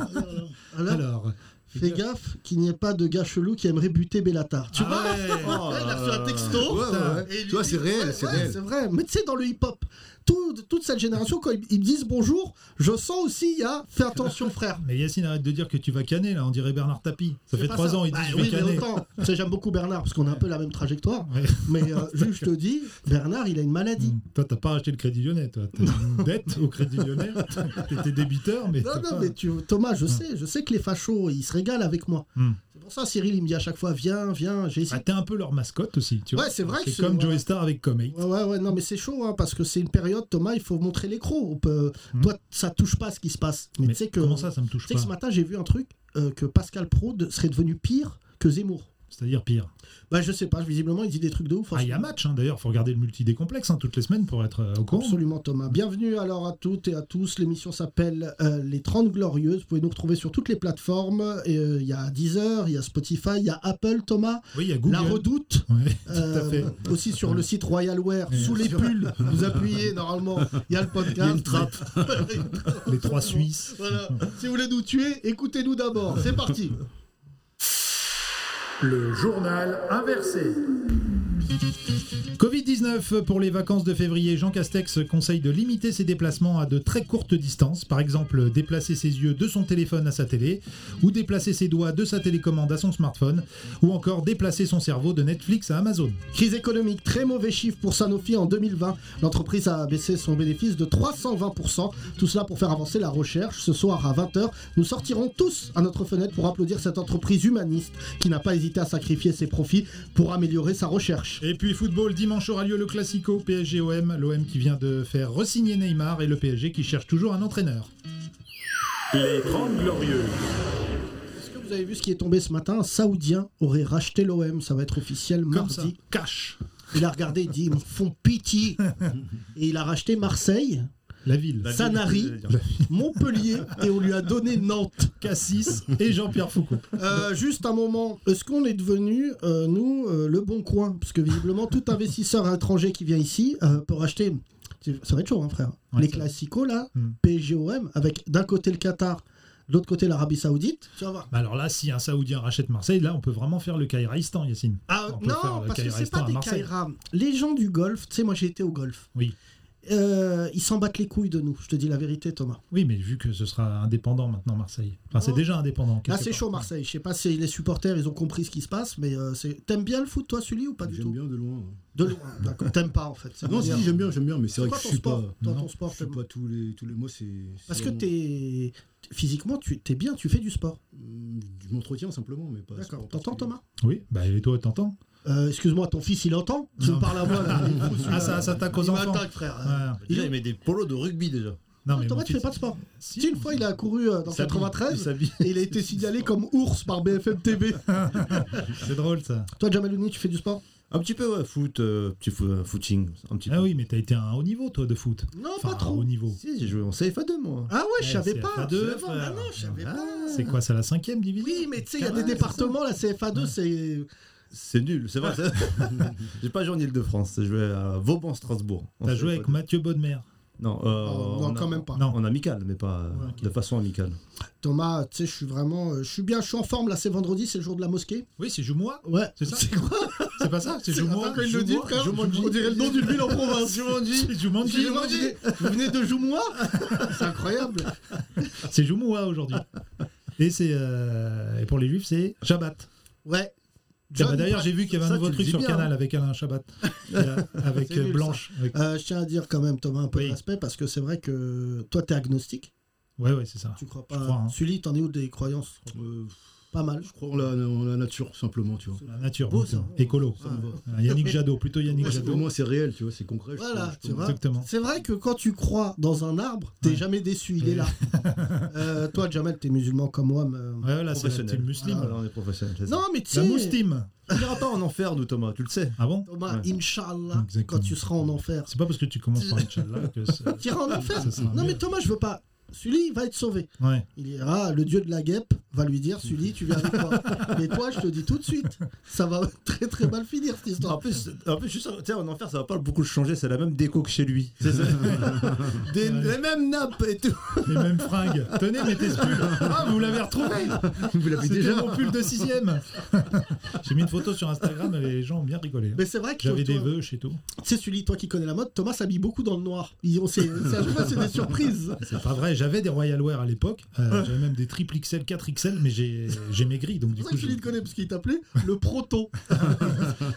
[SPEAKER 3] voilà,
[SPEAKER 4] Alors,
[SPEAKER 3] fais gaffe qu'il n'y ait pas de gars chelou qui aimerait buter Bellatar. Tu
[SPEAKER 4] Ah
[SPEAKER 3] vois
[SPEAKER 4] ouais.
[SPEAKER 3] Ouais, il a
[SPEAKER 5] Oh
[SPEAKER 3] reçu un texto.
[SPEAKER 6] Ouais, ouais, ouais.
[SPEAKER 3] Et il
[SPEAKER 6] Tu vois,
[SPEAKER 3] lui
[SPEAKER 6] c'est
[SPEAKER 3] dit,
[SPEAKER 6] réel,
[SPEAKER 3] ouais,
[SPEAKER 6] c'est
[SPEAKER 3] ouais,
[SPEAKER 6] réel.
[SPEAKER 3] C'est vrai. Mais tu sais, dans le hip-hop, tout- toute cette génération, quand ils, ils disent bonjour, je sens aussi, il y a fais attention, frère.
[SPEAKER 4] Mais Yacine, arrête de dire que tu vas canner, là, on dirait Bernard Tapie.
[SPEAKER 3] C'est
[SPEAKER 4] Ça fait
[SPEAKER 3] pas
[SPEAKER 4] 3 ans, il dit
[SPEAKER 3] Bah
[SPEAKER 4] je vais
[SPEAKER 3] oui, mais
[SPEAKER 4] canner.
[SPEAKER 3] autant. Tu sais, j'aime beaucoup Bernard parce qu'on a un peu la même trajectoire.
[SPEAKER 4] Ouais.
[SPEAKER 3] Mais euh, juste, je te dis, Bernard, il a une maladie.
[SPEAKER 4] Hmm. Toi, t'as pas racheté le crédit lyonnais, toi. T'as une dette au crédit lyonnais. T'étais débiteur, mais.
[SPEAKER 3] Non,
[SPEAKER 4] t'as
[SPEAKER 3] non,
[SPEAKER 4] Mm. pas-
[SPEAKER 3] mais tu, Thomas, je sais, je sais que les fachos, ils se régalent avec moi.
[SPEAKER 4] Hmm.
[SPEAKER 3] C'est pour ça, Cyril, il me dit à chaque fois, viens, viens, j'ai essayé.
[SPEAKER 4] Ah, t'es un peu leur mascotte aussi, tu vois.
[SPEAKER 3] Ouais, c'est vrai que
[SPEAKER 4] C'est
[SPEAKER 3] c'est-
[SPEAKER 4] comme
[SPEAKER 3] ouais.
[SPEAKER 4] Joey Star avec Comey.
[SPEAKER 3] Ouais, ouais, ouais, non, mais c'est chaud, hein, parce que c'est une période, Thomas, il faut montrer l'écran. On peut...
[SPEAKER 4] Hmm.
[SPEAKER 3] Toi, ça touche pas ce qui se passe. Mais, tu sais que.
[SPEAKER 4] comment ça, ça me touche
[SPEAKER 3] Tu sais
[SPEAKER 4] pas
[SPEAKER 3] que ce matin, j'ai vu un truc euh, que Pascal Prode serait devenu pire que Zemmour.
[SPEAKER 4] C'est-à-dire pire.
[SPEAKER 3] Bah, je sais pas, visiblement, il dit des trucs de ouf. en
[SPEAKER 4] Ah,
[SPEAKER 3] ce
[SPEAKER 4] il y a
[SPEAKER 3] moment.
[SPEAKER 4] match, hein, d'ailleurs, faut regarder le multi-décomplexe hein, toutes les semaines pour être euh, au courant.
[SPEAKER 3] Absolument, Thomas. Bienvenue alors à toutes et à tous. L'émission s'appelle euh, Les 30 Glorieuses. Vous pouvez nous retrouver sur toutes les plateformes. Et, euh, Il y a Deezer, il y a Spotify, il y a Apple, Thomas.
[SPEAKER 4] Oui, il y a Google.
[SPEAKER 3] La Redoute.
[SPEAKER 4] Ouais,
[SPEAKER 3] Euh,
[SPEAKER 4] fait.
[SPEAKER 3] Aussi sur le site Royalware,
[SPEAKER 4] Ouais.
[SPEAKER 3] sous les pulls, vous appuyez normalement, il y a le podcast.
[SPEAKER 4] Il y a une trappe. les
[SPEAKER 3] Franchement,
[SPEAKER 4] trois Suisses.
[SPEAKER 3] Voilà. Si vous voulez nous tuer, écoutez-nous d'abord. C'est parti.
[SPEAKER 1] Le journal inversé.
[SPEAKER 4] Covid-19 pour les vacances de février, Jean Castex conseille de limiter ses déplacements à de très courtes distances, par exemple déplacer ses yeux de son téléphone à sa télé, ou déplacer ses doigts de sa télécommande à son smartphone, ou encore déplacer son cerveau de Netflix à Amazon.
[SPEAKER 3] Crise économique, très mauvais chiffre pour Sanofi en 2020. L'entreprise a baissé son bénéfice de 320%. Tout cela pour faire avancer la recherche. Ce soir à 20h, nous sortirons tous à notre fenêtre pour applaudir cette entreprise humaniste qui n'a pas hésité à sacrifier ses profits pour améliorer sa recherche.
[SPEAKER 4] Et puis football, dimanche aura lieu le Classico PSG-OM, l'OM qui vient de faire resigner Neymar et le PSG qui cherche toujours un entraîneur.
[SPEAKER 1] Les 30 Glorieuses.
[SPEAKER 3] Est-ce que vous avez vu ce qui est tombé ce matin Un Saoudien aurait racheté l'OM. Ça va être officiel
[SPEAKER 4] Comme
[SPEAKER 3] mardi.
[SPEAKER 4] ça, cash,
[SPEAKER 3] Il a regardé, il dit, ils me font pitié. Et il a racheté Marseille,
[SPEAKER 4] la ville.
[SPEAKER 5] La
[SPEAKER 3] Sanari.
[SPEAKER 5] ville, j'allais dire.
[SPEAKER 3] Montpellier, et on lui a donné Nantes.
[SPEAKER 4] Cassis et Jean-Pierre Foucault.
[SPEAKER 3] Euh, juste un moment, est-ce qu'on est devenu, euh, nous, euh, le bon coin Parce que visiblement, tout investisseur étranger qui vient ici euh, peut racheter... Ça va être chaud, hein, frère.
[SPEAKER 4] Ouais,
[SPEAKER 3] Les
[SPEAKER 4] ça-
[SPEAKER 3] classicos, là,
[SPEAKER 4] Hmm.
[SPEAKER 3] PSGOM, avec d'un côté le Qatar, de l'autre côté l'Arabie Saoudite. Tu vas voir.
[SPEAKER 4] Bah alors là, si un Saoudien rachète Marseille, là, on peut vraiment faire le Kairaistan, Yacine.
[SPEAKER 3] Ah,
[SPEAKER 4] On peut faire
[SPEAKER 3] non,
[SPEAKER 4] le
[SPEAKER 3] parce que c'est
[SPEAKER 4] Kairaistan
[SPEAKER 3] pas
[SPEAKER 4] à
[SPEAKER 3] des
[SPEAKER 4] Marseille.
[SPEAKER 3] Kaira. Les gens du golf, tu sais, moi j'ai été au golf.
[SPEAKER 4] Oui.
[SPEAKER 3] Euh, ils s'en battent les couilles de nous, je te dis la vérité, Thomas.
[SPEAKER 4] Oui, mais vu que ce sera indépendant maintenant, Marseille. Enfin, c'est
[SPEAKER 3] Oh.
[SPEAKER 4] déjà indépendant.
[SPEAKER 3] Là,
[SPEAKER 4] quelque
[SPEAKER 3] c'est
[SPEAKER 4] part.
[SPEAKER 3] chaud Marseille. Je sais pas si les supporters ils ont compris ce qui se passe, mais euh, c'est- t'aimes bien le foot, toi, Sully, ou pas du
[SPEAKER 6] J'aime
[SPEAKER 3] tout
[SPEAKER 6] bien de loin. hein.
[SPEAKER 3] De loin. D'accord. T'aimes pas en fait. ça
[SPEAKER 6] Non,
[SPEAKER 3] veut dire.
[SPEAKER 6] si, j'aime bien, j'aime bien, mais c'est
[SPEAKER 3] C'est
[SPEAKER 6] vrai
[SPEAKER 3] quoi
[SPEAKER 6] que je
[SPEAKER 3] ton
[SPEAKER 6] suis
[SPEAKER 3] sport
[SPEAKER 6] pas.
[SPEAKER 3] Toi,
[SPEAKER 4] non,
[SPEAKER 3] ton
[SPEAKER 6] Je
[SPEAKER 3] sport,
[SPEAKER 6] suis
[SPEAKER 3] t'aimes-
[SPEAKER 6] pas tous les, tous les. Moi, c'est. c'est
[SPEAKER 3] Parce que
[SPEAKER 6] vraiment-
[SPEAKER 3] t'es physiquement, tu t'es bien, tu fais du sport.
[SPEAKER 6] Hum, Je m'entretiens simplement, mais pas.
[SPEAKER 3] D'accord.
[SPEAKER 6] sport
[SPEAKER 3] T'entends,
[SPEAKER 6] particulier.
[SPEAKER 3] Thomas
[SPEAKER 4] Oui, bah et toi, t'entends
[SPEAKER 3] Euh, Excuse-moi, ton fils, il entend Tu
[SPEAKER 4] Non.
[SPEAKER 3] me parles à moi. là, il est fou, celui-là.
[SPEAKER 4] Ah, ça, ça t'attaque aux
[SPEAKER 3] Il
[SPEAKER 4] enfants.
[SPEAKER 3] m'attaque, frère.
[SPEAKER 4] Ouais.
[SPEAKER 5] Déjà, il met des polos de rugby déjà.
[SPEAKER 4] Non,
[SPEAKER 3] Ah. Thomas,
[SPEAKER 4] mon
[SPEAKER 3] tu
[SPEAKER 4] fils-
[SPEAKER 3] fais pas de sport.
[SPEAKER 4] Si,
[SPEAKER 3] Si une fois, il a couru euh, dans
[SPEAKER 5] Il s'habille,
[SPEAKER 3] 93.
[SPEAKER 5] Il s'habille.
[SPEAKER 3] Et il a été signalé comme ours par BFM TV.
[SPEAKER 4] C'est drôle, ça.
[SPEAKER 3] Toi, Jamalouni, tu fais du sport
[SPEAKER 5] Un petit peu, ouais, foot, euh, petit fo- euh, footing. Un petit
[SPEAKER 4] Ah
[SPEAKER 5] peu.
[SPEAKER 4] oui, mais t'as été à un haut niveau, toi, de foot.
[SPEAKER 3] Non,
[SPEAKER 4] Enfin,
[SPEAKER 3] Oh, pas trop.
[SPEAKER 4] haut niveau.
[SPEAKER 5] Si, j'ai joué en CFA2, moi.
[SPEAKER 3] Ah ouais, je
[SPEAKER 4] Ouais,
[SPEAKER 3] savais
[SPEAKER 4] c'est
[SPEAKER 3] pas.
[SPEAKER 4] FA2,
[SPEAKER 3] C'est vrai,
[SPEAKER 4] frère.
[SPEAKER 3] bah non, je savais
[SPEAKER 4] Ah,
[SPEAKER 3] pas.
[SPEAKER 4] C'est quoi, c'est la cinquième division
[SPEAKER 3] Oui, mais tu sais, il y a
[SPEAKER 4] Ah,
[SPEAKER 3] des
[SPEAKER 4] c'est
[SPEAKER 3] départements, la CFA2,
[SPEAKER 4] Ouais.
[SPEAKER 3] c'est.
[SPEAKER 5] C'est nul, c'est vrai. J'ai pas joué en Ile-de-France, j'ai joué à Vauban-Strasbourg. On
[SPEAKER 4] T'as
[SPEAKER 5] s'est-
[SPEAKER 4] joué avec Mathieu Baudemer.
[SPEAKER 5] Non, euh,
[SPEAKER 3] Oh, non,
[SPEAKER 5] en-
[SPEAKER 3] quand même pas.
[SPEAKER 4] Non.
[SPEAKER 5] En amical, mais pas euh,
[SPEAKER 4] Ouais, ok.
[SPEAKER 5] de façon amicale.
[SPEAKER 3] Thomas, tu sais, je suis vraiment. euh, Je suis bien, je suis en forme là, c'est vendredi, c'est le jour de la mosquée.
[SPEAKER 4] Oui, c'est Joue-moi.
[SPEAKER 3] Ouais.
[SPEAKER 4] C'est ça C'est pas ça C'est
[SPEAKER 3] C'est
[SPEAKER 4] Joue-moi.
[SPEAKER 3] attends, il le dit, frère.
[SPEAKER 4] Jumanji.
[SPEAKER 3] On dirait le nom d'une ville en province.
[SPEAKER 4] C'est Jumanji.
[SPEAKER 3] Excusez-moi, vous venez- vous venez de Joumois C'est incroyable.
[SPEAKER 4] C'est Joue-moi aujourd'hui. Et c'est euh, et pour les juifs, c'est Shabbat.
[SPEAKER 3] Ouais.
[SPEAKER 4] Tiens,
[SPEAKER 3] John,
[SPEAKER 4] bah, Eh ben, D'ailleurs, j'ai vu qu'il y avait
[SPEAKER 5] ça,
[SPEAKER 4] un nouveau
[SPEAKER 5] tu le
[SPEAKER 4] truc
[SPEAKER 5] dis
[SPEAKER 4] sur
[SPEAKER 5] bien,
[SPEAKER 4] Canal avec Alain Shabbat, Et, euh, avec
[SPEAKER 3] C'est nul,
[SPEAKER 4] euh, Blanche. Avec-
[SPEAKER 3] euh, je tiens à dire quand même, Thomas, un peu
[SPEAKER 4] Oui.
[SPEAKER 3] de respect parce que c'est vrai que toi, t'es agnostique.
[SPEAKER 4] Ouais, ouais, c'est ça.
[SPEAKER 3] Tu crois pas.
[SPEAKER 4] crois, hein.
[SPEAKER 3] Sully, t'en es où des croyances
[SPEAKER 6] Euh,
[SPEAKER 3] Pas mal.
[SPEAKER 6] je crois en la, en la nature, simplement, tu vois.
[SPEAKER 4] La nature,
[SPEAKER 3] beau,
[SPEAKER 4] donc,
[SPEAKER 3] ça.
[SPEAKER 4] euh, écolo.
[SPEAKER 6] Ça me va.
[SPEAKER 4] Ah, Yannick Jadot, plutôt Yannick
[SPEAKER 6] Ouais, c'est- Pour
[SPEAKER 4] Jadot.
[SPEAKER 6] moi, c'est réel, tu vois, c'est concret. je
[SPEAKER 3] Voilà,
[SPEAKER 6] peux- je peux-
[SPEAKER 3] tu vois.
[SPEAKER 4] Exactement.
[SPEAKER 3] C'est vrai que quand tu crois dans un arbre, t'es
[SPEAKER 4] Ouais.
[SPEAKER 3] jamais déçu, il est là. Euh, toi, Jamel, t'es musulman comme moi. mais- euh,
[SPEAKER 4] Ouais, là, c'est la
[SPEAKER 5] Professionnel. Ah,
[SPEAKER 4] team muslim.
[SPEAKER 5] Voilà, on est professionnel. c'est ça.
[SPEAKER 3] Non, mais tu
[SPEAKER 4] La
[SPEAKER 3] sais,
[SPEAKER 4] moustime.
[SPEAKER 5] On n'ira pas en enfer, nous, Thomas, tu le sais.
[SPEAKER 4] Ah bon
[SPEAKER 3] Thomas,
[SPEAKER 5] Ouais.
[SPEAKER 3] Inch'Allah,
[SPEAKER 4] Exactement.
[SPEAKER 3] quand tu seras en enfer.
[SPEAKER 4] C'est pas parce que tu commences par Inch'Allah que ça.
[SPEAKER 3] Tu iras en enfer
[SPEAKER 4] Ça sera
[SPEAKER 3] Non,
[SPEAKER 4] mieux.
[SPEAKER 3] mais Thomas, je veux pas. Sully, il va être sauvé.
[SPEAKER 4] Ouais.
[SPEAKER 3] Il ira, le dieu de la guêpe va lui dire Sully, tu viens avec moi. Mais toi, je te dis tout de suite, ça va très très mal finir cette
[SPEAKER 5] En
[SPEAKER 3] histoire.
[SPEAKER 5] plus, en plus je suis sûr, tu sais, en enfer, ça va pas beaucoup changer, c'est la même déco que chez lui. C'est ça. Ah, Des-
[SPEAKER 4] Ouais.
[SPEAKER 5] Les mêmes nappes et tout.
[SPEAKER 4] Les mêmes fringues. Tenez, mettez ce pull. Ah, vous l'avez retrouvé
[SPEAKER 6] Vous l'avez
[SPEAKER 4] C'était
[SPEAKER 6] déjà
[SPEAKER 4] mon pull de sixième. J'ai mis une photo sur Instagram et les gens ont bien rigolé. hein.
[SPEAKER 3] Mais c'est vrai que
[SPEAKER 4] J'avais
[SPEAKER 3] toi-
[SPEAKER 4] des vœux chez tout.
[SPEAKER 3] Tu sais, Sully, toi qui connais la mode, Thomas s'habille beaucoup dans le noir. Il- on sait- c'est à chaque fois, c'est des surprises.
[SPEAKER 4] C'est pas vrai, j'avais des Royal Wear à l'époque, Euh, j'avais même des triple XL, 4 XL, mais j'ai j'ai maigri, donc
[SPEAKER 3] C'est
[SPEAKER 4] du
[SPEAKER 3] pour ça
[SPEAKER 4] coup,
[SPEAKER 3] que Sully
[SPEAKER 4] je-
[SPEAKER 3] te connaît, parce qu'il t'appelait le proto.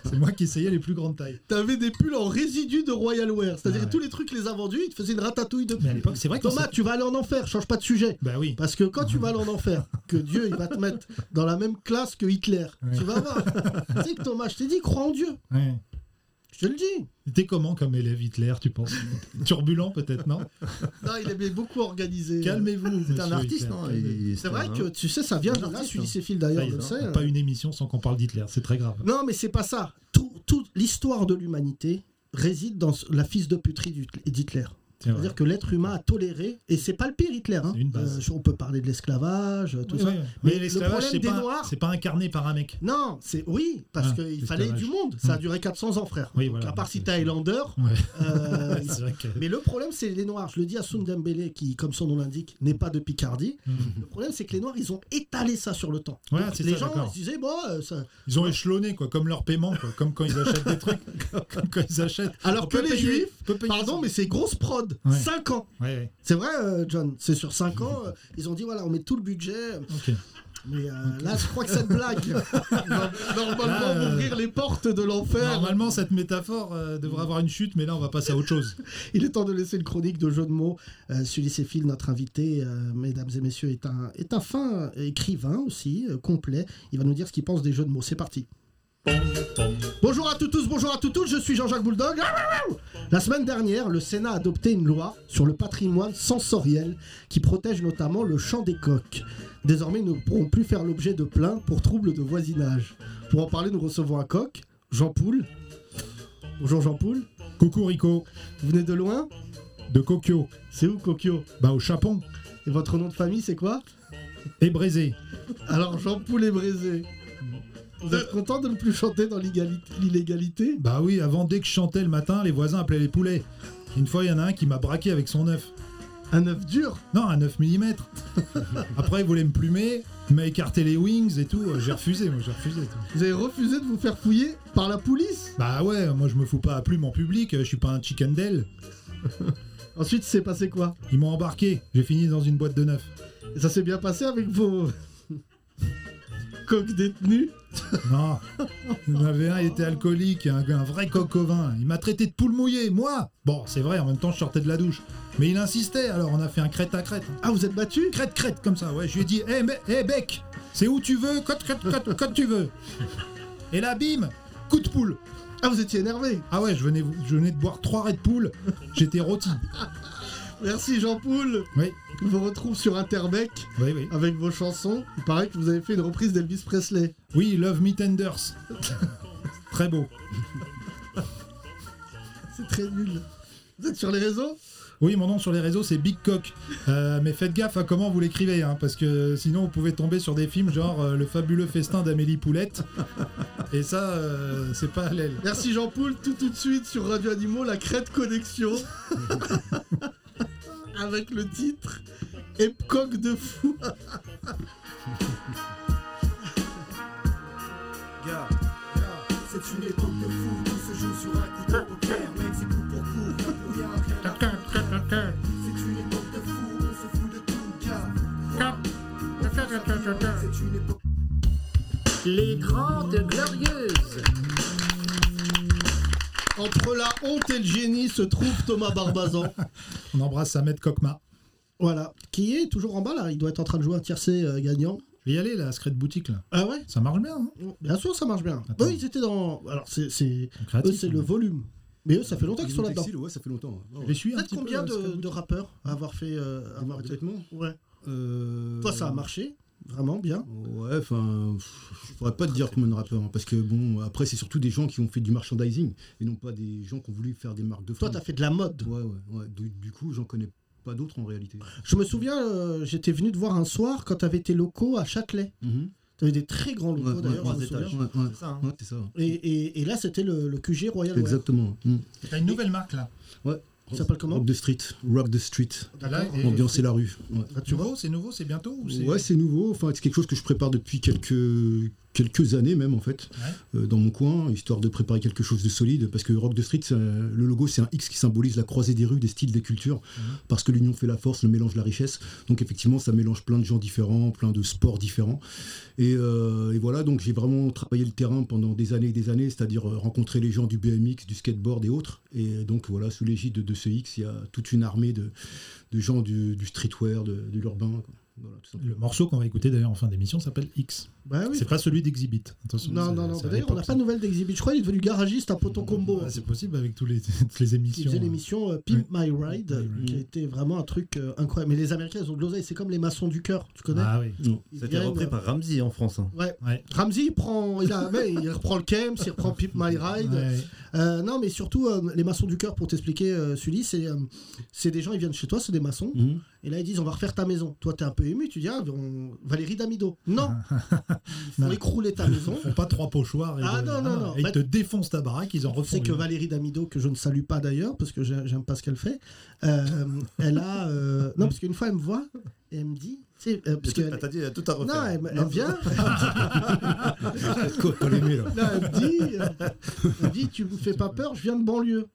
[SPEAKER 4] c'est moi qui essayais les plus grandes tailles.
[SPEAKER 3] T'avais des pulls en résidu de Royal Wear. C'est-à-dire
[SPEAKER 4] Ah ouais.
[SPEAKER 3] que tous les trucs, il les a vendus, il te faisait une ratatouille de
[SPEAKER 4] Mais à l'époque, c'est vrai que
[SPEAKER 3] Thomas, tu vas aller en enfer, change pas de sujet.
[SPEAKER 4] Bah oui,
[SPEAKER 3] Parce que quand tu vas aller en enfer, que Dieu il va te mettre dans la même classe que Hitler,
[SPEAKER 4] Ouais.
[SPEAKER 3] tu vas voir. tu sais que Thomas, je t'ai dit, crois en Dieu.
[SPEAKER 4] ouais.
[SPEAKER 3] Je te le dis.
[SPEAKER 4] T'es comment comme élève Hitler, tu penses Turbulent peut-être, non
[SPEAKER 3] Non, il aimait beaucoup organisé.
[SPEAKER 4] Calmez-vous.
[SPEAKER 5] C'est un artiste, non il-
[SPEAKER 3] C'est vrai
[SPEAKER 5] un-
[SPEAKER 3] que Hein. Bah, tu sais, ça vient de là,
[SPEAKER 5] Artiste,
[SPEAKER 3] Sully
[SPEAKER 5] hein.
[SPEAKER 3] Céphile d'ailleurs, je le sais.
[SPEAKER 4] Pas une émission sans qu'on parle d'Hitler, c'est très grave.
[SPEAKER 3] Non, mais c'est pas ça. Tout, toute l'histoire de l'humanité réside dans la fils de puterie d'Hitler. d'Hitler.
[SPEAKER 4] C'est vrai.
[SPEAKER 3] C'est-à-dire que l'être humain a toléré, et c'est pas le pire Hitler. hein.
[SPEAKER 4] C'est une base.
[SPEAKER 3] Euh, on peut parler de l'esclavage, tout
[SPEAKER 4] Oui,
[SPEAKER 3] ça.
[SPEAKER 4] oui,
[SPEAKER 3] Mais
[SPEAKER 4] oui. Mais
[SPEAKER 3] le
[SPEAKER 4] l'esclavage,
[SPEAKER 3] problème
[SPEAKER 4] c'est
[SPEAKER 3] des
[SPEAKER 4] pas,
[SPEAKER 3] Noirs-
[SPEAKER 4] c'est pas incarné par un mec.
[SPEAKER 3] Non, c'est oui, parce
[SPEAKER 4] Ah,
[SPEAKER 3] qu'il
[SPEAKER 4] l'esclavage.
[SPEAKER 3] fallait du monde. Ça a
[SPEAKER 4] Mm.
[SPEAKER 3] duré 400 ans, frère.
[SPEAKER 4] Oui,
[SPEAKER 3] Donc,
[SPEAKER 4] voilà.
[SPEAKER 3] à part si
[SPEAKER 4] C'est-
[SPEAKER 3] t'es Highlander.
[SPEAKER 4] Ouais.
[SPEAKER 3] euh,
[SPEAKER 4] c'est vrai que.
[SPEAKER 3] mais le problème, c'est les Noirs. Je le dis à
[SPEAKER 4] Hmm.
[SPEAKER 3] Sundembele, qui, comme son nom l'indique, n'est pas de Picardie.
[SPEAKER 4] Mm.
[SPEAKER 3] Le problème, c'est que les Noirs, ils ont étalé ça sur le temps.
[SPEAKER 4] Ouais,
[SPEAKER 3] Donc,
[SPEAKER 4] Ah, c'est
[SPEAKER 3] les
[SPEAKER 4] ça,
[SPEAKER 3] gens
[SPEAKER 4] d'accord.
[SPEAKER 3] ils se disaient, bon, euh, ça...
[SPEAKER 4] Ils ont échelonné, quoi, comme leur paiement, quoi, comme quand ils achètent des trucs. comme quand ils achètent.
[SPEAKER 3] alors
[SPEAKER 4] On
[SPEAKER 3] que
[SPEAKER 4] peut
[SPEAKER 3] les
[SPEAKER 4] payer-
[SPEAKER 3] Juifs,
[SPEAKER 4] on peut payer-
[SPEAKER 3] pardon, mais c'est grosse prod,
[SPEAKER 4] Ouais.
[SPEAKER 3] 5 ans.
[SPEAKER 4] Ouais, ouais.
[SPEAKER 3] C'est vrai, euh, John, c'est sur 5 ans, euh, ils ont dit voilà, on met tout le budget,
[SPEAKER 4] Ok.
[SPEAKER 3] mais euh, là, je crois que cette blague, no- normalement,
[SPEAKER 4] Là, euh,
[SPEAKER 3] ouvrir les portes de l'enfer.
[SPEAKER 4] Normalement, cette métaphore euh, devrait avoir une chute, mais là, on va passer à autre chose.
[SPEAKER 3] Il est temps de laisser une chronique de jeux de mots. Euh, Sully Seyfil, notre invité, euh, mesdames et messieurs, est un, est un fin écrivain aussi, euh, complet. Il va nous dire ce qu'il pense des jeux de mots. C'est parti. Bonjour à tous, tous, bonjour à toutes, toutes, je suis Jean-Jacques Bouldog. La semaine dernière, le Sénat a adopté une loi sur le patrimoine sensoriel qui protège notamment le chant des coqs. Désormais, ils ne pourront plus faire l'objet de plaintes pour troubles de voisinage. Pour en parler, nous recevons un coq, Jean Poul. Bonjour Jean Poul,
[SPEAKER 4] Coucou Rico,
[SPEAKER 3] vous venez de loin
[SPEAKER 4] de Kokyo,
[SPEAKER 3] c'est où Kokyo
[SPEAKER 4] bah au Japon,
[SPEAKER 3] Et votre nom de famille c'est quoi
[SPEAKER 4] et Brésé.
[SPEAKER 3] Alors Jean Poulet Brésé. Vous êtes content de ne plus chanter dans l'égalité- l'illégalité
[SPEAKER 4] Bah oui, avant, dès que je chantais le matin, les voisins appelaient les poulets. Une fois, il y en a un qui m'a braqué avec son œuf.
[SPEAKER 3] Un œuf dur
[SPEAKER 4] Non, un 9 mm. Après, il voulait me plumer, il m'a écarté les wings et tout. euh, J'ai refusé, moi, j'ai refusé. tout.
[SPEAKER 3] Vous avez refusé de vous faire fouiller par la police
[SPEAKER 4] Bah ouais, moi, je me fous pas à plume en public, euh, je suis pas un chicken del.
[SPEAKER 3] Ensuite c'est passé quoi
[SPEAKER 4] Ils m'ont embarqué, j'ai fini dans une boîte de neuf.
[SPEAKER 3] Et ça s'est bien passé avec vos... coqs détenus
[SPEAKER 4] Non, il y en avait un, il était alcoolique, un, un vrai coq au vin. Il m'a traité de poule mouillée, moi Bon, c'est vrai, en même temps, je sortais de la douche. Mais il insistait, alors on a fait un crête à crête.
[SPEAKER 3] Ah vous êtes battu
[SPEAKER 4] Crête, crête, comme ça, ouais. Je lui ai dit, hé, me- hé, bec, c'est où tu veux, quand, quand, quand, quand tu veux. Et là, bim, coup de poule.
[SPEAKER 3] Ah vous étiez énervé
[SPEAKER 4] Ah ouais, je venais, je venais de boire trois raies de poule, j'étais rôti.
[SPEAKER 3] Merci Jean Poul
[SPEAKER 4] Oui.
[SPEAKER 3] Je vous retrouve sur Interbec
[SPEAKER 4] Oui, oui.
[SPEAKER 3] avec vos chansons. Il paraît que vous avez fait une reprise d'Elvis Presley.
[SPEAKER 4] Oui, love me tenders. Très beau.
[SPEAKER 3] C'est très nul. Vous êtes sur les réseaux
[SPEAKER 4] Oui, mon nom sur les réseaux, c'est Big Cock. Euh, mais faites gaffe à comment vous l'écrivez, hein, parce que sinon vous pouvez tomber sur des films genre euh, Le fabuleux festin d'Amélie Poulette. Et ça, euh, c'est pas à l'aile.
[SPEAKER 3] Merci Jean Paul, tout tout de suite sur Radio Animaux, la crête connexion. Avec le titre Epcock de fou.
[SPEAKER 7] Gars, c'est une époque de fou, tout se joue sur un coup de poker, mec, c'est coup pour coup, on y a rien à faire. C'est une époque de fou, on se fout de tout, gars. C'est une époque
[SPEAKER 1] Les Grandes Glorieuses.
[SPEAKER 3] Entre la honte et le génie se trouve Thomas Barbazan.
[SPEAKER 4] On embrasse Ahmed Kokma.
[SPEAKER 3] Voilà. Qui est toujours en bas là, il doit être en train de jouer un tiercé euh, gagnant.
[SPEAKER 4] Je vais y aller, la secret boutique, là.
[SPEAKER 3] Ah ouais
[SPEAKER 4] Ça marche bien, hein
[SPEAKER 3] Bien sûr, ça marche bien.
[SPEAKER 4] Attends.
[SPEAKER 3] Eux, ils étaient dans. Alors, c'est. c'est-
[SPEAKER 4] Créatif,
[SPEAKER 3] Eux, c'est
[SPEAKER 4] hein.
[SPEAKER 3] le volume. Mais eux, ça fait longtemps qu'ils sont là-dedans.
[SPEAKER 6] Textile, Ouais, ça fait longtemps. Oh, ouais.
[SPEAKER 4] Je les suis un
[SPEAKER 3] Peut-être
[SPEAKER 4] petit peu, euh,
[SPEAKER 3] combien
[SPEAKER 4] la Secret
[SPEAKER 3] de,
[SPEAKER 4] Boutique.
[SPEAKER 3] de rappeurs à avoir fait. euh, à avoir été-
[SPEAKER 6] Complètement.
[SPEAKER 3] Ouais.
[SPEAKER 6] Euh,
[SPEAKER 3] Toi, ça a marché. Vraiment bien.
[SPEAKER 6] Ouais, enfin, pff, je pourrais pas te dire combien de rappeurs, hein, parce que bon, après c'est surtout des gens qui ont fait du merchandising et non pas des gens qui ont voulu faire des marques de
[SPEAKER 3] Toi,
[SPEAKER 6] fringues.
[SPEAKER 3] t'as fait de la mode.
[SPEAKER 6] Ouais, ouais, ouais. Du, du coup, j'en connais pas d'autres en réalité.
[SPEAKER 3] Je me souviens, euh, j'étais venu te voir un soir quand t'avais tes locaux à Châtelet.
[SPEAKER 6] Mhm.
[SPEAKER 3] T'avais des très grands locaux
[SPEAKER 6] Ouais, ouais,
[SPEAKER 3] d'ailleurs.
[SPEAKER 6] trois
[SPEAKER 3] je me souviens.
[SPEAKER 6] étages. Ouais, ouais.
[SPEAKER 5] C'est ça, hein.
[SPEAKER 6] Ouais, c'est ça.
[SPEAKER 3] Et, et- et là, c'était le, le QG Royal Wear.
[SPEAKER 6] Exactement. Mhm.
[SPEAKER 4] T'as une nouvelle marque, là.
[SPEAKER 3] Ça s'appelle comment
[SPEAKER 6] Rock the Street. Rock the Street.
[SPEAKER 4] Là, et-
[SPEAKER 6] Ambiance et la rue. Ouais.
[SPEAKER 3] Ah, tu
[SPEAKER 4] Tu
[SPEAKER 3] vois
[SPEAKER 4] vois, c'est nouveau, c'est bientôt ou c'est-
[SPEAKER 6] Ouais, c'est nouveau. Enfin, c'est quelque chose que je prépare depuis quelques quelques années même en fait, euh, dans mon coin, histoire de préparer quelque chose de solide. Parce que Rock de Street, c'est un- le logo, c'est un X qui symbolise la croisée des rues, des styles, des cultures. Parce que l'union fait la force, le mélange, la richesse. Donc effectivement, ça mélange plein de gens différents, plein de sports différents. Et, euh, et voilà, donc j'ai vraiment travaillé le terrain pendant des années et des années, c'est-à-dire euh, rencontrer les gens du BMX, du skateboard et autres. Et donc voilà, sous l'égide de, de ce X, il y a toute une armée de, de gens du, du streetwear, de, de l'urbain. quoi. Voilà, tout simplement.
[SPEAKER 4] Le morceau qu'on va écouter d'ailleurs en fin d'émission s'appelle X.
[SPEAKER 3] Bah oui.
[SPEAKER 4] C'est pas celui d'Exhibit. Attention,
[SPEAKER 3] Non,
[SPEAKER 4] c'est-
[SPEAKER 3] non, non.
[SPEAKER 4] c'est à
[SPEAKER 3] Bah, D'ailleurs, on n'a
[SPEAKER 4] l'époque,
[SPEAKER 3] pas de nouvelles d'Exhibit. Je crois qu'il est devenu garagiste à Poton Combo.
[SPEAKER 4] Ouais, c'est possible avec tous les, toutes les
[SPEAKER 3] qui
[SPEAKER 4] émissions.
[SPEAKER 3] faisait l'émission euh, Pimp My Ride,
[SPEAKER 4] hein. My Ride.
[SPEAKER 3] qui a été vraiment un truc euh, incroyable. Mais les Américains, ils ont de l'oseille. C'est comme les maçons du cœur, tu connais
[SPEAKER 4] Ah oui.
[SPEAKER 5] Non,
[SPEAKER 3] Ils
[SPEAKER 5] Ça a été
[SPEAKER 3] viennent,
[SPEAKER 5] repris
[SPEAKER 3] euh,
[SPEAKER 5] par Ramsey en France. hein.
[SPEAKER 3] Ouais.
[SPEAKER 4] Ouais.
[SPEAKER 3] Ramsey, il, prend, il, a- ouais, il reprend le Kems, il reprend Pimp My Ride.
[SPEAKER 4] Ouais.
[SPEAKER 3] Euh, non, mais surtout, euh, les maçons du cœur, pour t'expliquer, euh, Sully, c'est euh, c'est des gens, ils viennent chez toi, c'est des maçons.
[SPEAKER 6] Mhm.
[SPEAKER 3] Et là, ils disent, on va refaire ta maison. Toi, t'es un peu ému, tu dis, ah, on- Valérie Damido. Non, ils
[SPEAKER 4] Non.
[SPEAKER 3] font écrouler ta maison.
[SPEAKER 4] Font pas trois pochoirs. Et
[SPEAKER 3] Ah,
[SPEAKER 4] de-
[SPEAKER 3] non, non, non.
[SPEAKER 4] Et
[SPEAKER 3] Bah,
[SPEAKER 4] ils te défoncent ta baraque, ils en refont.
[SPEAKER 3] C'est que
[SPEAKER 4] une.
[SPEAKER 3] Valérie Damido, que je ne salue pas d'ailleurs, parce que j'ai- j'aime pas ce qu'elle fait, euh, elle a. euh, Non, parce qu'une fois, elle me voit et elle me dit. tu sais, euh, parce
[SPEAKER 5] Tout-
[SPEAKER 3] qu'elle-
[SPEAKER 5] ah, T'as dit, il y a tout à refaire.
[SPEAKER 3] non, elle, me- elle vient,
[SPEAKER 5] Quoi, pas l'aimer, là.
[SPEAKER 3] là, elle me dit, euh, elle me dit Tu me fais pas peur, je viens de banlieue.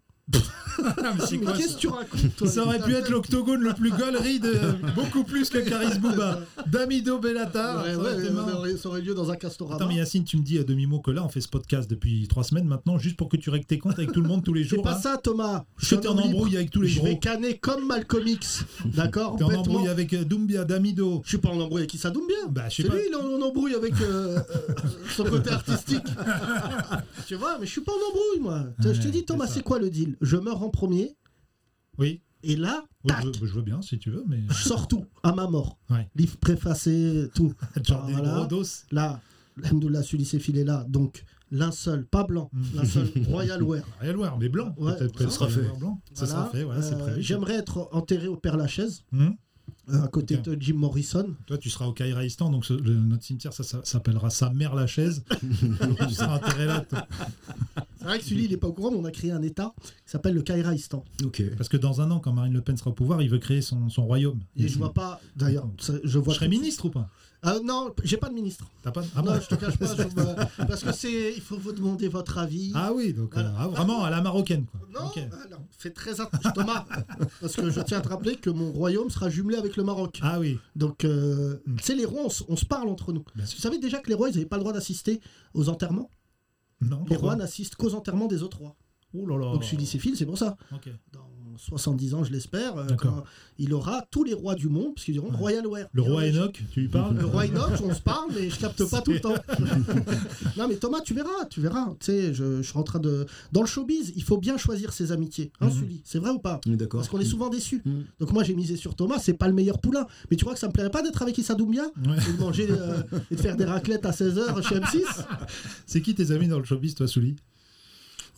[SPEAKER 4] Ah, mais c'est
[SPEAKER 3] Mais
[SPEAKER 4] quoi,
[SPEAKER 3] qu'est-ce
[SPEAKER 4] ça
[SPEAKER 3] que tu racontes toi
[SPEAKER 4] Ça aurait pu être l'octogone le plus gaulerie de beaucoup plus que Caris Bouba. Damido Bellatar.
[SPEAKER 3] Ouais, ouais,
[SPEAKER 4] ça aurait été
[SPEAKER 3] ouais,
[SPEAKER 4] marrant.
[SPEAKER 3] ça aurait- ça aurait lieu dans un castorama.
[SPEAKER 4] Attends, mais Yacine, tu me dis à demi-mot que là, on fait ce podcast depuis trois semaines maintenant, juste pour que tu règles tes comptes avec tout le monde tous les
[SPEAKER 3] C'est
[SPEAKER 4] jours.
[SPEAKER 3] pas
[SPEAKER 4] hein.
[SPEAKER 3] ça, Thomas.
[SPEAKER 4] Je t'ai en
[SPEAKER 3] homme libre.
[SPEAKER 4] embrouille avec tous les
[SPEAKER 3] Je
[SPEAKER 4] gros.
[SPEAKER 3] vais canner comme Malcolm X. D'accord
[SPEAKER 4] T'es en
[SPEAKER 3] bêtement.
[SPEAKER 4] embrouille avec euh, Doumbia, Damido.
[SPEAKER 3] Je suis pas en embrouille avec Issa bien.
[SPEAKER 4] Bah, je
[SPEAKER 3] C'est
[SPEAKER 4] sais pas.
[SPEAKER 3] lui, il est en en embrouille avec euh, euh, son côté artistique. tu vois, mais je suis pas en embrouille, moi. Tu vois, je t'ai
[SPEAKER 4] Ouais,
[SPEAKER 3] dit, Thomas,
[SPEAKER 4] c'est ça.
[SPEAKER 3] c'est quoi le deal Je meurs en premier,
[SPEAKER 4] Oui,
[SPEAKER 3] et là,
[SPEAKER 4] oui,
[SPEAKER 3] tac,
[SPEAKER 4] je, veux, je veux bien si tu veux, mais.
[SPEAKER 3] je sors tout, à ma mort.
[SPEAKER 4] Ouais.
[SPEAKER 3] Livre préfacé, tout.
[SPEAKER 4] Genre des
[SPEAKER 3] Bah, Voilà.
[SPEAKER 4] gros dos.
[SPEAKER 3] Là, Alhamdoulilah, Sully s'est filé là. Donc, linceul, pas blanc,
[SPEAKER 4] Mm.
[SPEAKER 3] linceul, Royal Wear.
[SPEAKER 4] Royal Wear, mais blanc.
[SPEAKER 3] Ouais,
[SPEAKER 4] peut-être,
[SPEAKER 3] ça
[SPEAKER 4] peut-être
[SPEAKER 5] sera
[SPEAKER 4] Royal
[SPEAKER 5] fait.
[SPEAKER 4] Wear Blanc. Ça
[SPEAKER 3] Voilà.
[SPEAKER 4] sera fait, voilà, c'est
[SPEAKER 3] Euh,
[SPEAKER 4] prévu.
[SPEAKER 3] J'aimerais être enterré au Père Lachaise,
[SPEAKER 4] Hum
[SPEAKER 3] euh, à côté
[SPEAKER 4] Ok.
[SPEAKER 3] de Jim Morrison.
[SPEAKER 4] Toi, tu seras au Kairaistan, donc ce- le- notre cimetière ça, ça s'appellera Sa mère la chaise. Donc, tu seras enterré là. toi.
[SPEAKER 3] C'est vrai que Sully, il est pas au courant, mais on a créé un État qui s'appelle le Kairaistan.
[SPEAKER 6] Ok.
[SPEAKER 4] Parce que dans un an, quand Marine Le Pen sera au pouvoir, il veut créer son, son royaume.
[SPEAKER 3] Et je vois pas, d'ailleurs, ça- je
[SPEAKER 4] Je
[SPEAKER 3] vois.
[SPEAKER 4] serai ministre ou pas
[SPEAKER 3] Ah, Non, j'ai pas de ministre.
[SPEAKER 4] T'as pas... ah,
[SPEAKER 3] non,
[SPEAKER 4] bon
[SPEAKER 3] je te cache pas, je me- parce que c'est, il faut vous demander votre avis.
[SPEAKER 4] Ah oui, donc euh,
[SPEAKER 3] Voilà.
[SPEAKER 4] ah, vraiment à la marocaine. Quoi.
[SPEAKER 3] Non,
[SPEAKER 4] Ok.
[SPEAKER 3] alors, fais très attention, Thomas, parce que je tiens à te rappeler que mon royaume sera jumelé avec le Maroc.
[SPEAKER 4] Ah oui,
[SPEAKER 3] Donc, euh, tu sais, les rois, on, s- on se parle entre nous.
[SPEAKER 4] Hmm. Bien
[SPEAKER 3] Vous
[SPEAKER 4] sûr.
[SPEAKER 3] savez déjà que les rois, ils n'avaient pas le droit d'assister aux enterrements.
[SPEAKER 4] non.
[SPEAKER 3] les rois
[SPEAKER 4] pourquoi
[SPEAKER 3] n'assistent qu'aux enterrements des autres rois.
[SPEAKER 4] Oh là là.
[SPEAKER 3] Donc, je suis lycéphile, c'est pour ça.
[SPEAKER 4] Ok.
[SPEAKER 3] Dans 70 ans, je l'espère, euh,
[SPEAKER 4] D'accord.
[SPEAKER 3] quand il aura tous les rois du monde, parce qu'ils diront Royal Wear.
[SPEAKER 4] Le roi
[SPEAKER 3] Et on-
[SPEAKER 4] Enoch, tu lui parles
[SPEAKER 3] Le roi Inox, Euh, on se parle, mais je capte pas tout le temps. non, mais Thomas, tu verras, tu verras. Tu sais, je, je suis en train de. Dans le showbiz, il faut bien choisir ses amitiés. Hein,
[SPEAKER 4] Mhm.
[SPEAKER 3] Sully C'est vrai ou pas
[SPEAKER 6] On est d'accord.
[SPEAKER 3] Parce qu'on est souvent déçus.
[SPEAKER 6] Mhm.
[SPEAKER 3] Donc moi, j'ai misé sur Thomas, c'est pas le meilleur poulain. Mais tu crois que ça me plairait pas d'être avec Issa Doumbia
[SPEAKER 4] Ouais.
[SPEAKER 3] et de manger euh, et de faire des raclettes à 16h chez M6
[SPEAKER 4] C'est qui tes amis dans le showbiz, toi, Souli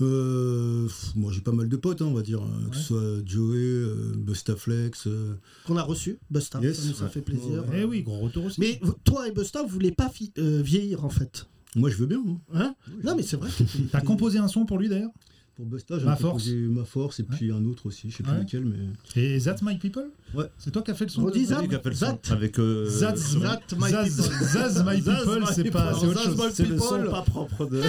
[SPEAKER 6] Euh, pff, moi, j'ai pas mal de potes, hein, on va dire, hein, que ce soit Joey, euh, Bustaflex. euh,
[SPEAKER 3] Qu'on a reçu, Busta.
[SPEAKER 6] Yes,
[SPEAKER 3] ça nous a
[SPEAKER 6] ouais.
[SPEAKER 3] fait plaisir.
[SPEAKER 4] Eh oui, gros retour aussi.
[SPEAKER 3] Mais vous- toi et Busta, vous voulez pas fi- euh, vieillir en fait.
[SPEAKER 6] moi, je veux bien. hein.
[SPEAKER 3] Hein non, mais c'est vrai. que t'es-
[SPEAKER 4] T'as
[SPEAKER 3] t'es-
[SPEAKER 4] composé un son pour lui d'ailleurs
[SPEAKER 6] Pour Busta, j'ai
[SPEAKER 4] Ma
[SPEAKER 6] composé ma force et puis un autre aussi, je sais plus
[SPEAKER 4] Ouais.
[SPEAKER 6] lequel, mais.
[SPEAKER 4] Et That's My People
[SPEAKER 6] Ouais.
[SPEAKER 4] C'est toi qui as fait le son
[SPEAKER 3] Redis
[SPEAKER 4] de-
[SPEAKER 3] Zaz,
[SPEAKER 5] Lui qui appelle son-
[SPEAKER 3] Zaz.
[SPEAKER 5] Avec. euh,
[SPEAKER 4] Zaz,
[SPEAKER 5] son-
[SPEAKER 3] Zaz My
[SPEAKER 4] Zaz,
[SPEAKER 3] People.
[SPEAKER 4] Zaz My
[SPEAKER 5] Zaz,
[SPEAKER 4] People,
[SPEAKER 5] my
[SPEAKER 4] c'est pas,
[SPEAKER 5] people.
[SPEAKER 4] c'est autre
[SPEAKER 5] Zaz,
[SPEAKER 4] chose.
[SPEAKER 5] my
[SPEAKER 6] C'est le
[SPEAKER 5] people.
[SPEAKER 6] son pas
[SPEAKER 5] propre de.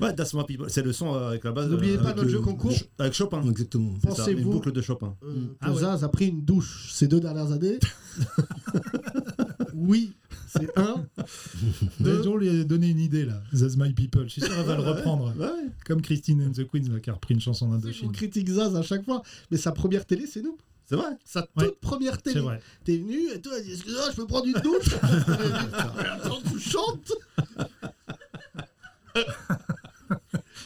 [SPEAKER 5] ouais, That's My People, c'est le son euh, avec la base.
[SPEAKER 3] N'oubliez
[SPEAKER 5] euh,
[SPEAKER 3] pas
[SPEAKER 5] avec
[SPEAKER 3] notre
[SPEAKER 5] le-
[SPEAKER 3] jeu concours.
[SPEAKER 5] Avec Chopin.
[SPEAKER 6] Exactement.
[SPEAKER 5] C'est ça, une
[SPEAKER 3] Pensez-vous-
[SPEAKER 5] boucle de Chopin.
[SPEAKER 3] Euh, que
[SPEAKER 4] Ah ouais.
[SPEAKER 3] Zaz a pris une douche ces deux dernières années. oui, c'est un.
[SPEAKER 4] Deux jours lui a donné une idée là, That's My People. Je suis sûr qu'elle va le reprendre.
[SPEAKER 6] Ouais.
[SPEAKER 4] Comme Christine and the Queens là, qui a repris une chanson
[SPEAKER 3] On
[SPEAKER 4] d'Indochine.
[SPEAKER 3] critique Zaz à chaque fois, mais sa première télé, c'est nous.
[SPEAKER 5] C'est vrai
[SPEAKER 3] Sa toute
[SPEAKER 4] Ouais.
[SPEAKER 3] première
[SPEAKER 4] C'est
[SPEAKER 3] télé.
[SPEAKER 4] vrai.
[SPEAKER 3] T'es venu et toi, excuse-moi, je peux prendre une douche Attends, tu chantes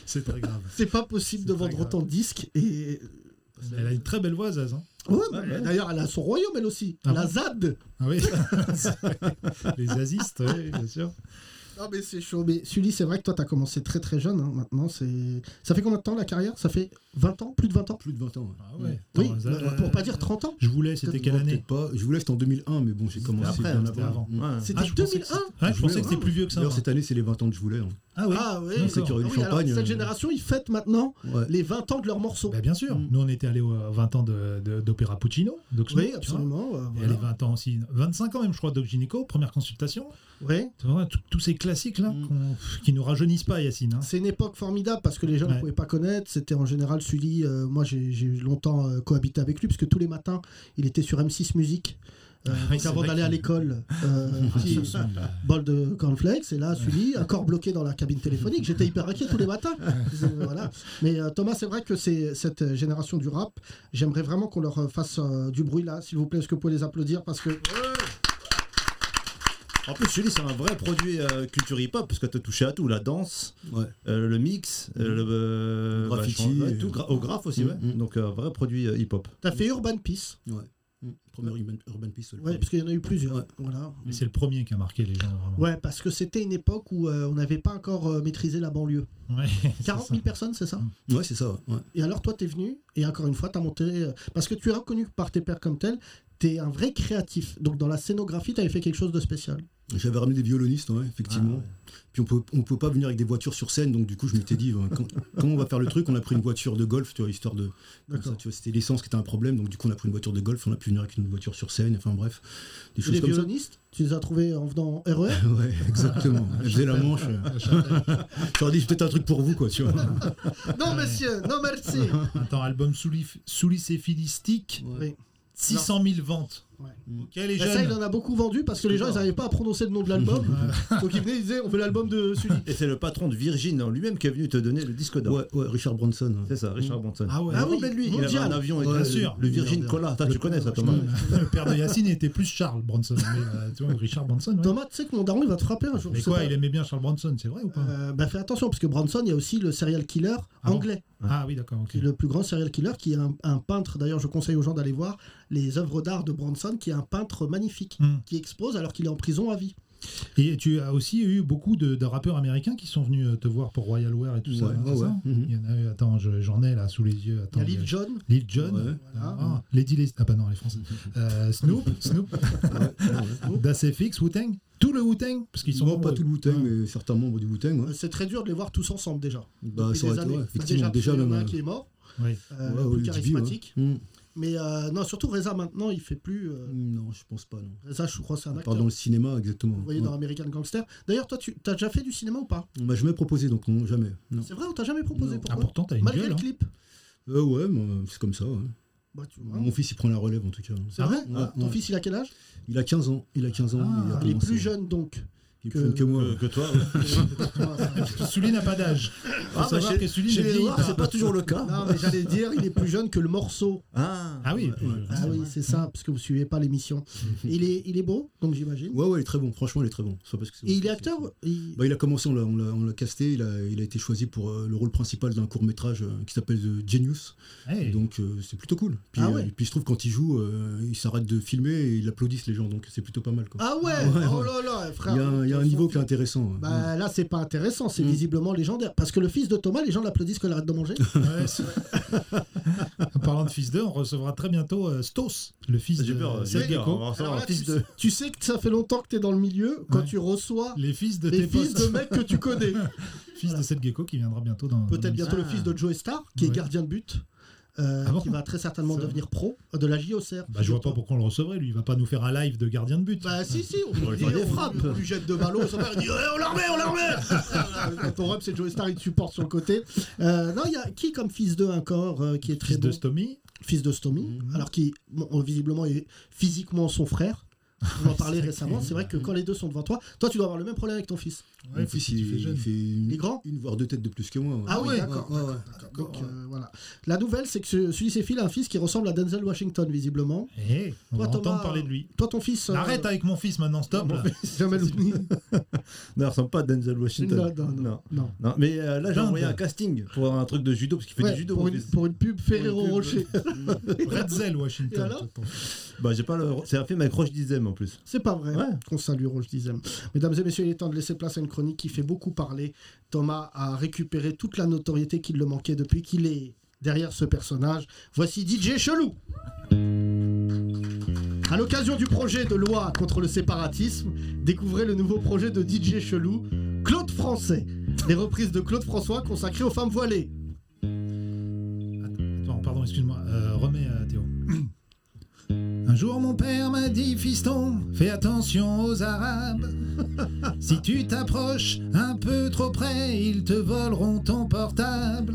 [SPEAKER 4] C'est très grave.
[SPEAKER 3] C'est pas possible de
[SPEAKER 4] C'est très
[SPEAKER 3] vendre
[SPEAKER 4] grave.
[SPEAKER 3] autant de disques. Et
[SPEAKER 4] Elle a une très belle voix, Zaz. hein.
[SPEAKER 3] Ouais, bah, d'ailleurs, elle a son royaume elle aussi.
[SPEAKER 4] Ah
[SPEAKER 3] la
[SPEAKER 4] bon
[SPEAKER 3] ZAD.
[SPEAKER 4] Ah oui. Les azistes, oui, bien sûr.
[SPEAKER 3] Non mais c'est chaud. Mais Sully, c'est vrai que toi, t'as commencé très très jeune. hein. Maintenant, c'est. Ça fait combien de temps la carrière Ça fait 20 ans, plus de 20 ans.
[SPEAKER 6] Plus de 20 ans. ouais.
[SPEAKER 4] Ah ouais.
[SPEAKER 3] Oui.
[SPEAKER 4] Attends, Zaz,
[SPEAKER 3] bah, Pour pas dire 30 ans.
[SPEAKER 4] Je voulais, euh, c'était quelle
[SPEAKER 6] Non,
[SPEAKER 4] année
[SPEAKER 6] peut-être pas. Je vous laisse en 2001, mais bon, j'ai commencé
[SPEAKER 4] après,
[SPEAKER 6] bien
[SPEAKER 4] hein, c'était avant.
[SPEAKER 6] Mm.
[SPEAKER 5] Ouais.
[SPEAKER 3] C'était
[SPEAKER 4] Ah, je pensais
[SPEAKER 3] 2001.
[SPEAKER 4] que c'était- Ah, je pensais que c'était
[SPEAKER 3] Ouais.
[SPEAKER 4] plus vieux que ça.
[SPEAKER 6] D'ailleurs,
[SPEAKER 4] moi.
[SPEAKER 6] cette année, c'est les 20 ans que je voulais. hein.
[SPEAKER 4] Ah oui.
[SPEAKER 3] Ah oui.
[SPEAKER 4] D'accord.
[SPEAKER 6] C'est qu'il y aurait eu
[SPEAKER 3] Ah
[SPEAKER 6] le
[SPEAKER 3] oui, alors,
[SPEAKER 6] champagne.
[SPEAKER 3] cette
[SPEAKER 6] euh,
[SPEAKER 3] génération, ils fêtent maintenant
[SPEAKER 6] ouais.
[SPEAKER 3] les 20 ans de leur morceau.
[SPEAKER 4] Bah, bien sûr.
[SPEAKER 6] Mm.
[SPEAKER 4] Nous, on était allés aux 20 ans de- de- d'Opéra Puccino. d'Oxmo,
[SPEAKER 3] oui,
[SPEAKER 4] tu vois.
[SPEAKER 3] absolument. euh,
[SPEAKER 4] Et
[SPEAKER 3] voilà.
[SPEAKER 4] les 20 ans aussi. 25 ans même, je crois, Doc Gynéco, première consultation.
[SPEAKER 3] Ouais.
[SPEAKER 4] Tu vois, tout- Tous ces classiques-là
[SPEAKER 6] Mm.
[SPEAKER 4] qu'on- pff, qui ne rajeunissent pas, Yacine. hein.
[SPEAKER 3] C'est une époque formidable parce que les gens ne
[SPEAKER 4] Ouais.
[SPEAKER 3] pouvaient pas connaître. C'était en général Sully. euh, moi, j'ai j'ai longtemps euh, cohabité avec lui parce que tous les matins, il était sur M6 Musique. euh,
[SPEAKER 4] Ah oui,
[SPEAKER 3] donc
[SPEAKER 4] c'est
[SPEAKER 3] avant
[SPEAKER 4] vrai
[SPEAKER 3] d'aller à
[SPEAKER 4] qu'il-
[SPEAKER 3] l'école, euh,
[SPEAKER 4] Ah,
[SPEAKER 3] petit
[SPEAKER 4] ce sont de-
[SPEAKER 3] bol de cornflakes. Et là, Sully, encore bloqué dans la cabine téléphonique. J'étais hyper inquiet tous les matins. Euh, voilà. Mais euh, Thomas, c'est vrai que c'est cette génération du rap. J'aimerais vraiment qu'on leur euh, fasse euh, du bruit là, s'il vous plaît. Est-ce que vous pouvez les applaudir parce que
[SPEAKER 5] En plus, Julie, c'est un vrai produit euh, culture hip-hop parce que t'as touché à tout la danse,
[SPEAKER 6] Ouais.
[SPEAKER 5] euh, le mix, euh, le euh,
[SPEAKER 6] Le graffiti,
[SPEAKER 5] je pense, ouais,
[SPEAKER 6] euh,
[SPEAKER 5] tout gra- au graphe aussi,
[SPEAKER 6] mm,
[SPEAKER 5] ouais.
[SPEAKER 6] mm.
[SPEAKER 5] Donc euh, vrai produit euh, hip-hop.
[SPEAKER 3] t'as fait Urban Peace,
[SPEAKER 6] Mm. Première Urban, Urban Peace. ouais, le
[SPEAKER 3] ouais, parce qu'il y en a eu plusieurs.
[SPEAKER 6] Ouais.
[SPEAKER 3] Voilà.
[SPEAKER 4] Mais c'est le premier qui a marqué les gens, vraiment.
[SPEAKER 3] Ouais, parce que c'était une époque où euh, on n'avait pas encore euh, maîtrisé la banlieue.
[SPEAKER 4] Ouais, c'est
[SPEAKER 3] 40
[SPEAKER 4] ça.
[SPEAKER 3] 000 personnes, c'est ça
[SPEAKER 6] premier. Ouais, c'est ça. ouais. Ouais.
[SPEAKER 3] Et alors, toi, t'es venu, et encore une fois, t'as monté. euh, Parce que tu es reconnu par tes pairs comme tel, t'es un vrai créatif. Donc, dans la scénographie, t'avais fait quelque chose de spécial.
[SPEAKER 6] J'avais ramené des violonistes, ouais, effectivement. Puis on peut, on peut pas venir avec des voitures sur scène, donc du coup, je m'étais dit, ouais, quand- comment on va faire le truc On a pris une voiture de golf, tu vois, histoire de. comme ça,
[SPEAKER 3] D'accord.
[SPEAKER 6] tu vois, C'était l'essence qui était un problème, donc du coup, on a pris une voiture de golf, on a pu venir avec une voiture sur scène, enfin bref,
[SPEAKER 3] Et
[SPEAKER 6] des
[SPEAKER 3] les
[SPEAKER 6] choses comme ça.
[SPEAKER 3] violonistes, tu les as trouvés en E venant RER
[SPEAKER 6] Ouais, exactement. Elle faisait la manche. euh, Je leur dis, j'ai peut-être un truc pour vous, quoi, tu vois.
[SPEAKER 3] Non, monsieur, non, merci
[SPEAKER 4] Attends, album Soulis Soulis et Philistique,
[SPEAKER 3] Oui.
[SPEAKER 4] 600 000 ventes. Mm.
[SPEAKER 3] Ouais.
[SPEAKER 4] Ok, les
[SPEAKER 3] Et bah, Ça, il
[SPEAKER 4] jeunes.
[SPEAKER 3] en a beaucoup vendu parce que les gens, ils n'arrivaient pas à prononcer le nom de l'album. Donc, ils venaient, ils disaient, on veut l'album de Sully.
[SPEAKER 5] Et c'est le patron de Virgin en lui-même qui est venu te donner le disque d'or.
[SPEAKER 6] Ouais, ouais, Richard Branson. ouais.
[SPEAKER 5] C'est ça, Richard Branson.
[SPEAKER 4] Ah ouais,
[SPEAKER 3] Ah oui,
[SPEAKER 5] Mais lui, il avait
[SPEAKER 3] mondial.
[SPEAKER 5] un avion et
[SPEAKER 4] Ouais,
[SPEAKER 5] tout.
[SPEAKER 4] bien sûr.
[SPEAKER 5] Le Virgin
[SPEAKER 3] Milliardaire.
[SPEAKER 5] Cola, Toi, tu connais ça Thomas.
[SPEAKER 4] le père de Yacine était plus Charles Bronson. Mais, euh, tu vois, Richard Bronson, ouais.
[SPEAKER 3] Thomas, tu sais que mon daron, il va te frapper un jour.
[SPEAKER 4] Mais
[SPEAKER 3] je sais
[SPEAKER 4] quoi,
[SPEAKER 3] pas.
[SPEAKER 4] il aimait bien Charles Bronson, c'est vrai ou pas
[SPEAKER 3] Euh, bah fais attention parce que Branson il y a aussi le serial killer
[SPEAKER 4] Ah bon
[SPEAKER 3] anglais
[SPEAKER 4] Ah oui, d'accord, ok.
[SPEAKER 3] qui est le plus grand serial killer qui est un, un peintre d'ailleurs je conseille aux gens d'aller voir les œuvres d'art de Branson qui est un peintre magnifique
[SPEAKER 4] Hmm.
[SPEAKER 3] qui expose alors qu'il est en prison à vie
[SPEAKER 6] Ah,
[SPEAKER 4] Et tu as aussi eu beaucoup de, de rappeurs américains qui sont venus euh, te voir pour Royal Wear et tout ça.
[SPEAKER 6] Ouais,
[SPEAKER 4] hein,
[SPEAKER 6] ouais,
[SPEAKER 4] c'est ça
[SPEAKER 6] ouais. Mhm.
[SPEAKER 4] Il y en a eu, attends, je- j'en ai là sous les yeux.
[SPEAKER 3] il y
[SPEAKER 4] Attends,
[SPEAKER 3] a
[SPEAKER 4] il y a
[SPEAKER 3] Lil Jon
[SPEAKER 4] Lil Jon,
[SPEAKER 6] Ouais.
[SPEAKER 4] ah, ah, Lady List, ah bah non, les Français. Euh, Snoop, Snoop,
[SPEAKER 3] Oh.
[SPEAKER 4] d'ACFX, Wu-Tang, tout le Wu-Tang, parce qu'ils sont euh,
[SPEAKER 6] Non, pas
[SPEAKER 4] nombreux.
[SPEAKER 6] tout le Wu-Tang, mais certains membres du Wu-Tang. ouais.
[SPEAKER 3] c'est très dur de les voir tous ensemble déjà
[SPEAKER 6] Bah,
[SPEAKER 3] Depuis
[SPEAKER 6] ça aurait
[SPEAKER 3] des
[SPEAKER 6] été,
[SPEAKER 3] années.
[SPEAKER 6] ouais, effectivement,
[SPEAKER 3] déjà, il y en
[SPEAKER 6] déjà,
[SPEAKER 3] a
[SPEAKER 6] même.
[SPEAKER 3] un
[SPEAKER 6] euh,
[SPEAKER 3] qui est mort
[SPEAKER 4] Oui.
[SPEAKER 3] euh,
[SPEAKER 6] ouais,
[SPEAKER 3] le plus
[SPEAKER 6] ouais, le Tibi, ouais.
[SPEAKER 3] charismatique
[SPEAKER 6] Mm.
[SPEAKER 3] mais euh, non surtout Reza maintenant il fait plus euh,
[SPEAKER 6] Mm, Non, je pense pas, non.
[SPEAKER 3] Reza je crois c'est un
[SPEAKER 6] À
[SPEAKER 3] acteur
[SPEAKER 6] part dans le cinéma, exactement.
[SPEAKER 3] vous voyez
[SPEAKER 6] Ouais. Bah,
[SPEAKER 3] dans American Gangster d'ailleurs toi tu t'as déjà fait du cinéma ou pas
[SPEAKER 6] On m'a jamais proposé, donc non, jamais. Non.
[SPEAKER 3] c'est vrai on t'a jamais proposé
[SPEAKER 6] Non.
[SPEAKER 4] Ah,
[SPEAKER 3] pourquoi
[SPEAKER 4] pourtant, t'as une
[SPEAKER 3] malgré
[SPEAKER 4] gueule.
[SPEAKER 3] le
[SPEAKER 4] hein.
[SPEAKER 3] clip
[SPEAKER 6] Euh, ouais, mais, euh, c'est comme ça. ouais.
[SPEAKER 3] bah, tu vois.
[SPEAKER 6] Mon fils, il prend la relève, en tout cas.
[SPEAKER 3] c'est
[SPEAKER 4] Ah
[SPEAKER 3] vrai
[SPEAKER 6] bon
[SPEAKER 3] Ah, ton
[SPEAKER 6] Ah Ouais.
[SPEAKER 3] fils il a quel âge
[SPEAKER 6] Il a 15 ans. Il a 15 ans.
[SPEAKER 4] Ah,
[SPEAKER 6] a
[SPEAKER 3] il est
[SPEAKER 6] commencé-
[SPEAKER 3] plus jeune donc
[SPEAKER 6] Il est plus jeune que moi.
[SPEAKER 5] Que, que toi.
[SPEAKER 4] Sully n'a pas d'âge. Faut
[SPEAKER 5] bah,
[SPEAKER 4] savoir
[SPEAKER 5] chez-
[SPEAKER 4] que Sully
[SPEAKER 5] chez
[SPEAKER 4] ne
[SPEAKER 5] les
[SPEAKER 4] vieillit
[SPEAKER 5] Noirs,
[SPEAKER 4] pas.
[SPEAKER 5] c'est pas toujours le cas.
[SPEAKER 3] Non, mais j'allais dire, il est plus jeune que le morceau.
[SPEAKER 5] Ah.
[SPEAKER 4] Ah oui,
[SPEAKER 3] Ah oui, c'est ça, parce que vous suivez pas l'émission. Il est, il est beau, donc j'imagine.
[SPEAKER 6] Ouais, ouais, il est très bon. Franchement, il est très bon. C'est pas parce que c'est-
[SPEAKER 3] Et il est acteur il-
[SPEAKER 6] Bah, il a commencé, on l'a- on l'a on l'a casté, il a, il a été choisi pour euh, le rôle principal d'un court métrage qui s'appelle The Genius.
[SPEAKER 4] Hey.
[SPEAKER 6] Donc euh, c'est plutôt cool. Puis,
[SPEAKER 3] Ah ouais.
[SPEAKER 6] euh, et puis je trouve quand il joue, euh, il s'arrête de filmer et il applaudisse les gens, donc c'est plutôt pas mal. Quoi.
[SPEAKER 3] Ah ouais,
[SPEAKER 6] Ouais, ouais.
[SPEAKER 3] Oh là là,
[SPEAKER 6] il y a
[SPEAKER 3] frère
[SPEAKER 6] un, il y a un
[SPEAKER 3] son
[SPEAKER 6] niveau
[SPEAKER 3] fils.
[SPEAKER 6] qui est intéressant. hein.
[SPEAKER 3] Bah là, c'est pas intéressant, c'est
[SPEAKER 6] Mm.
[SPEAKER 3] visiblement légendaire. Parce que le fils de Thomas, les gens l'applaudissent quand il arrête de manger.
[SPEAKER 4] Ouais, c'est- en parlant de fils d'eux, on recevra très bientôt euh, Stos, le fils
[SPEAKER 5] J'ai
[SPEAKER 4] de
[SPEAKER 5] peur,
[SPEAKER 3] euh,
[SPEAKER 5] j'ai
[SPEAKER 4] Seth
[SPEAKER 5] peur.
[SPEAKER 4] Gecko.
[SPEAKER 5] euh, On va recevoir
[SPEAKER 3] Alors
[SPEAKER 5] un
[SPEAKER 3] Ah, là, tu,
[SPEAKER 5] fils de.
[SPEAKER 3] tu sais que ça fait longtemps que t'es dans le milieu quand
[SPEAKER 4] Ouais.
[SPEAKER 3] tu reçois
[SPEAKER 4] Les fils de
[SPEAKER 3] les
[SPEAKER 4] tes
[SPEAKER 3] fils
[SPEAKER 4] potes.
[SPEAKER 3] de mecs que tu connais.
[SPEAKER 4] Fils de Seth Gecko qui viendra bientôt dans. dans
[SPEAKER 3] Peut-être
[SPEAKER 4] l'émission.
[SPEAKER 3] bientôt le fils de Joe Star, qui est
[SPEAKER 4] Ah. Ouais.
[SPEAKER 3] gardien de but, euh,
[SPEAKER 4] Ah bon
[SPEAKER 3] qui va très certainement
[SPEAKER 4] Ça va.
[SPEAKER 3] devenir pro euh, de la JOCR.
[SPEAKER 4] Bah, je vois pas pourquoi on le recevrait, lui. Il va pas nous faire un live de gardien de but.
[SPEAKER 3] Bah si si, on
[SPEAKER 5] va
[SPEAKER 3] lui
[SPEAKER 5] lui
[SPEAKER 3] dit,
[SPEAKER 5] faire des
[SPEAKER 3] on-
[SPEAKER 5] frappes.
[SPEAKER 3] on lui jette deux ballons, son père il dit Eh, on l'armée, on l'armée. Ton rep c'est Joe Star, il te supporte sur le côté. Euh, non, il y a qui comme fils de encore euh, qui est très
[SPEAKER 4] fils de
[SPEAKER 3] bon
[SPEAKER 4] Stomy.
[SPEAKER 3] fils de Stomy, alors qui bon, visiblement est physiquement son frère. On en parlait récemment. C'est vrai que quand les deux sont devant toi, toi tu dois avoir le même problème avec ton fils.
[SPEAKER 6] Mon fils, il, il fait
[SPEAKER 3] Il est
[SPEAKER 6] une,
[SPEAKER 3] grand.
[SPEAKER 6] une voire deux têtes de plus que moi. hein.
[SPEAKER 3] Ah
[SPEAKER 6] ouais.
[SPEAKER 3] oui, d'accord.
[SPEAKER 6] ouais, ouais.
[SPEAKER 3] Donc, euh, voilà. La nouvelle, c'est que ce- celui Céphile a un fils qui ressemble à Denzel Washington, visiblement.
[SPEAKER 4] Eh, on
[SPEAKER 3] Toi,
[SPEAKER 4] va
[SPEAKER 3] Thomas,
[SPEAKER 4] entendre parler de lui.
[SPEAKER 3] Toi, ton fils. euh,
[SPEAKER 4] Arrête hein. avec mon fils maintenant, stop. là.
[SPEAKER 3] Jamel Oudni.
[SPEAKER 5] Non, il ressemble pas à Denzel Washington.
[SPEAKER 3] Non, non, non. Non.
[SPEAKER 5] Non, mais euh, là j'ai
[SPEAKER 4] Dinde.
[SPEAKER 5] envoyé un casting pour un truc de judo parce qu'il fait
[SPEAKER 3] Ouais,
[SPEAKER 5] du judo.
[SPEAKER 3] pour,
[SPEAKER 5] mon
[SPEAKER 3] une,
[SPEAKER 5] fils.
[SPEAKER 3] pour une pub Ferrero
[SPEAKER 5] pub.
[SPEAKER 3] Rocher.
[SPEAKER 4] Redzel
[SPEAKER 3] Et
[SPEAKER 4] Washington.
[SPEAKER 3] alors
[SPEAKER 5] Bah j'ai pas le. C'est un film avec Roche Dizem en plus.
[SPEAKER 3] C'est pas vrai.
[SPEAKER 5] Ouais.
[SPEAKER 3] Qu'on salue, Roche Dizem. Mesdames et messieurs, il est temps de laisser place à une chronique qui fait beaucoup parler. Thomas a récupéré toute la notoriété qu'il le manquait depuis qu'il est derrière ce personnage. Voici DJ Chelou. À l'occasion du projet de loi contre le séparatisme, découvrez le nouveau projet de DJ Chelou, Claude Français. Les reprises de Claude François consacrées aux femmes voilées.
[SPEAKER 4] Attends, pardon, excuse-moi. Euh, remets euh, Théo. Un jour, mon père m'a dit Fiston, fais attention aux Arabes. Si tu t'approches un peu trop près, ils te voleront ton portable.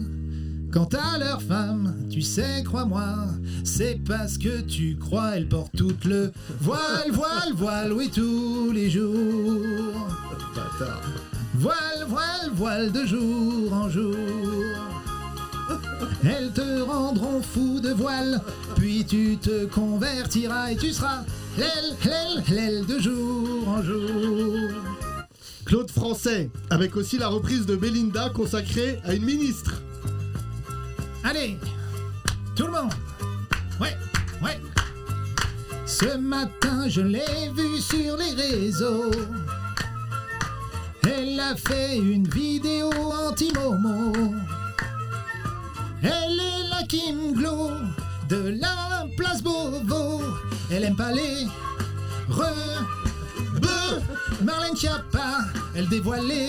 [SPEAKER 4] Quant à leur femme, tu sais, crois-moi, c'est parce que tu crois, elles portent toutes le voile, voile, voile, oui, tous les jours. Voile, voile, voile, de jour en jour. Elles te rendront fou de voile, puis tu te convertiras et tu seras l'aile, l'aile, l'aile de jour en jour.
[SPEAKER 3] Claude Français, avec aussi la reprise de Belinda consacrée à une ministre.
[SPEAKER 4] Allez, tout le monde Ouais, ouais Ce matin, je l'ai vue sur les réseaux. Elle a fait une vidéo anti-momo. Elle est la Kim Glow de la place Beauvau. Elle aime pas les re be Marlène Chiappa. Elle dévoile les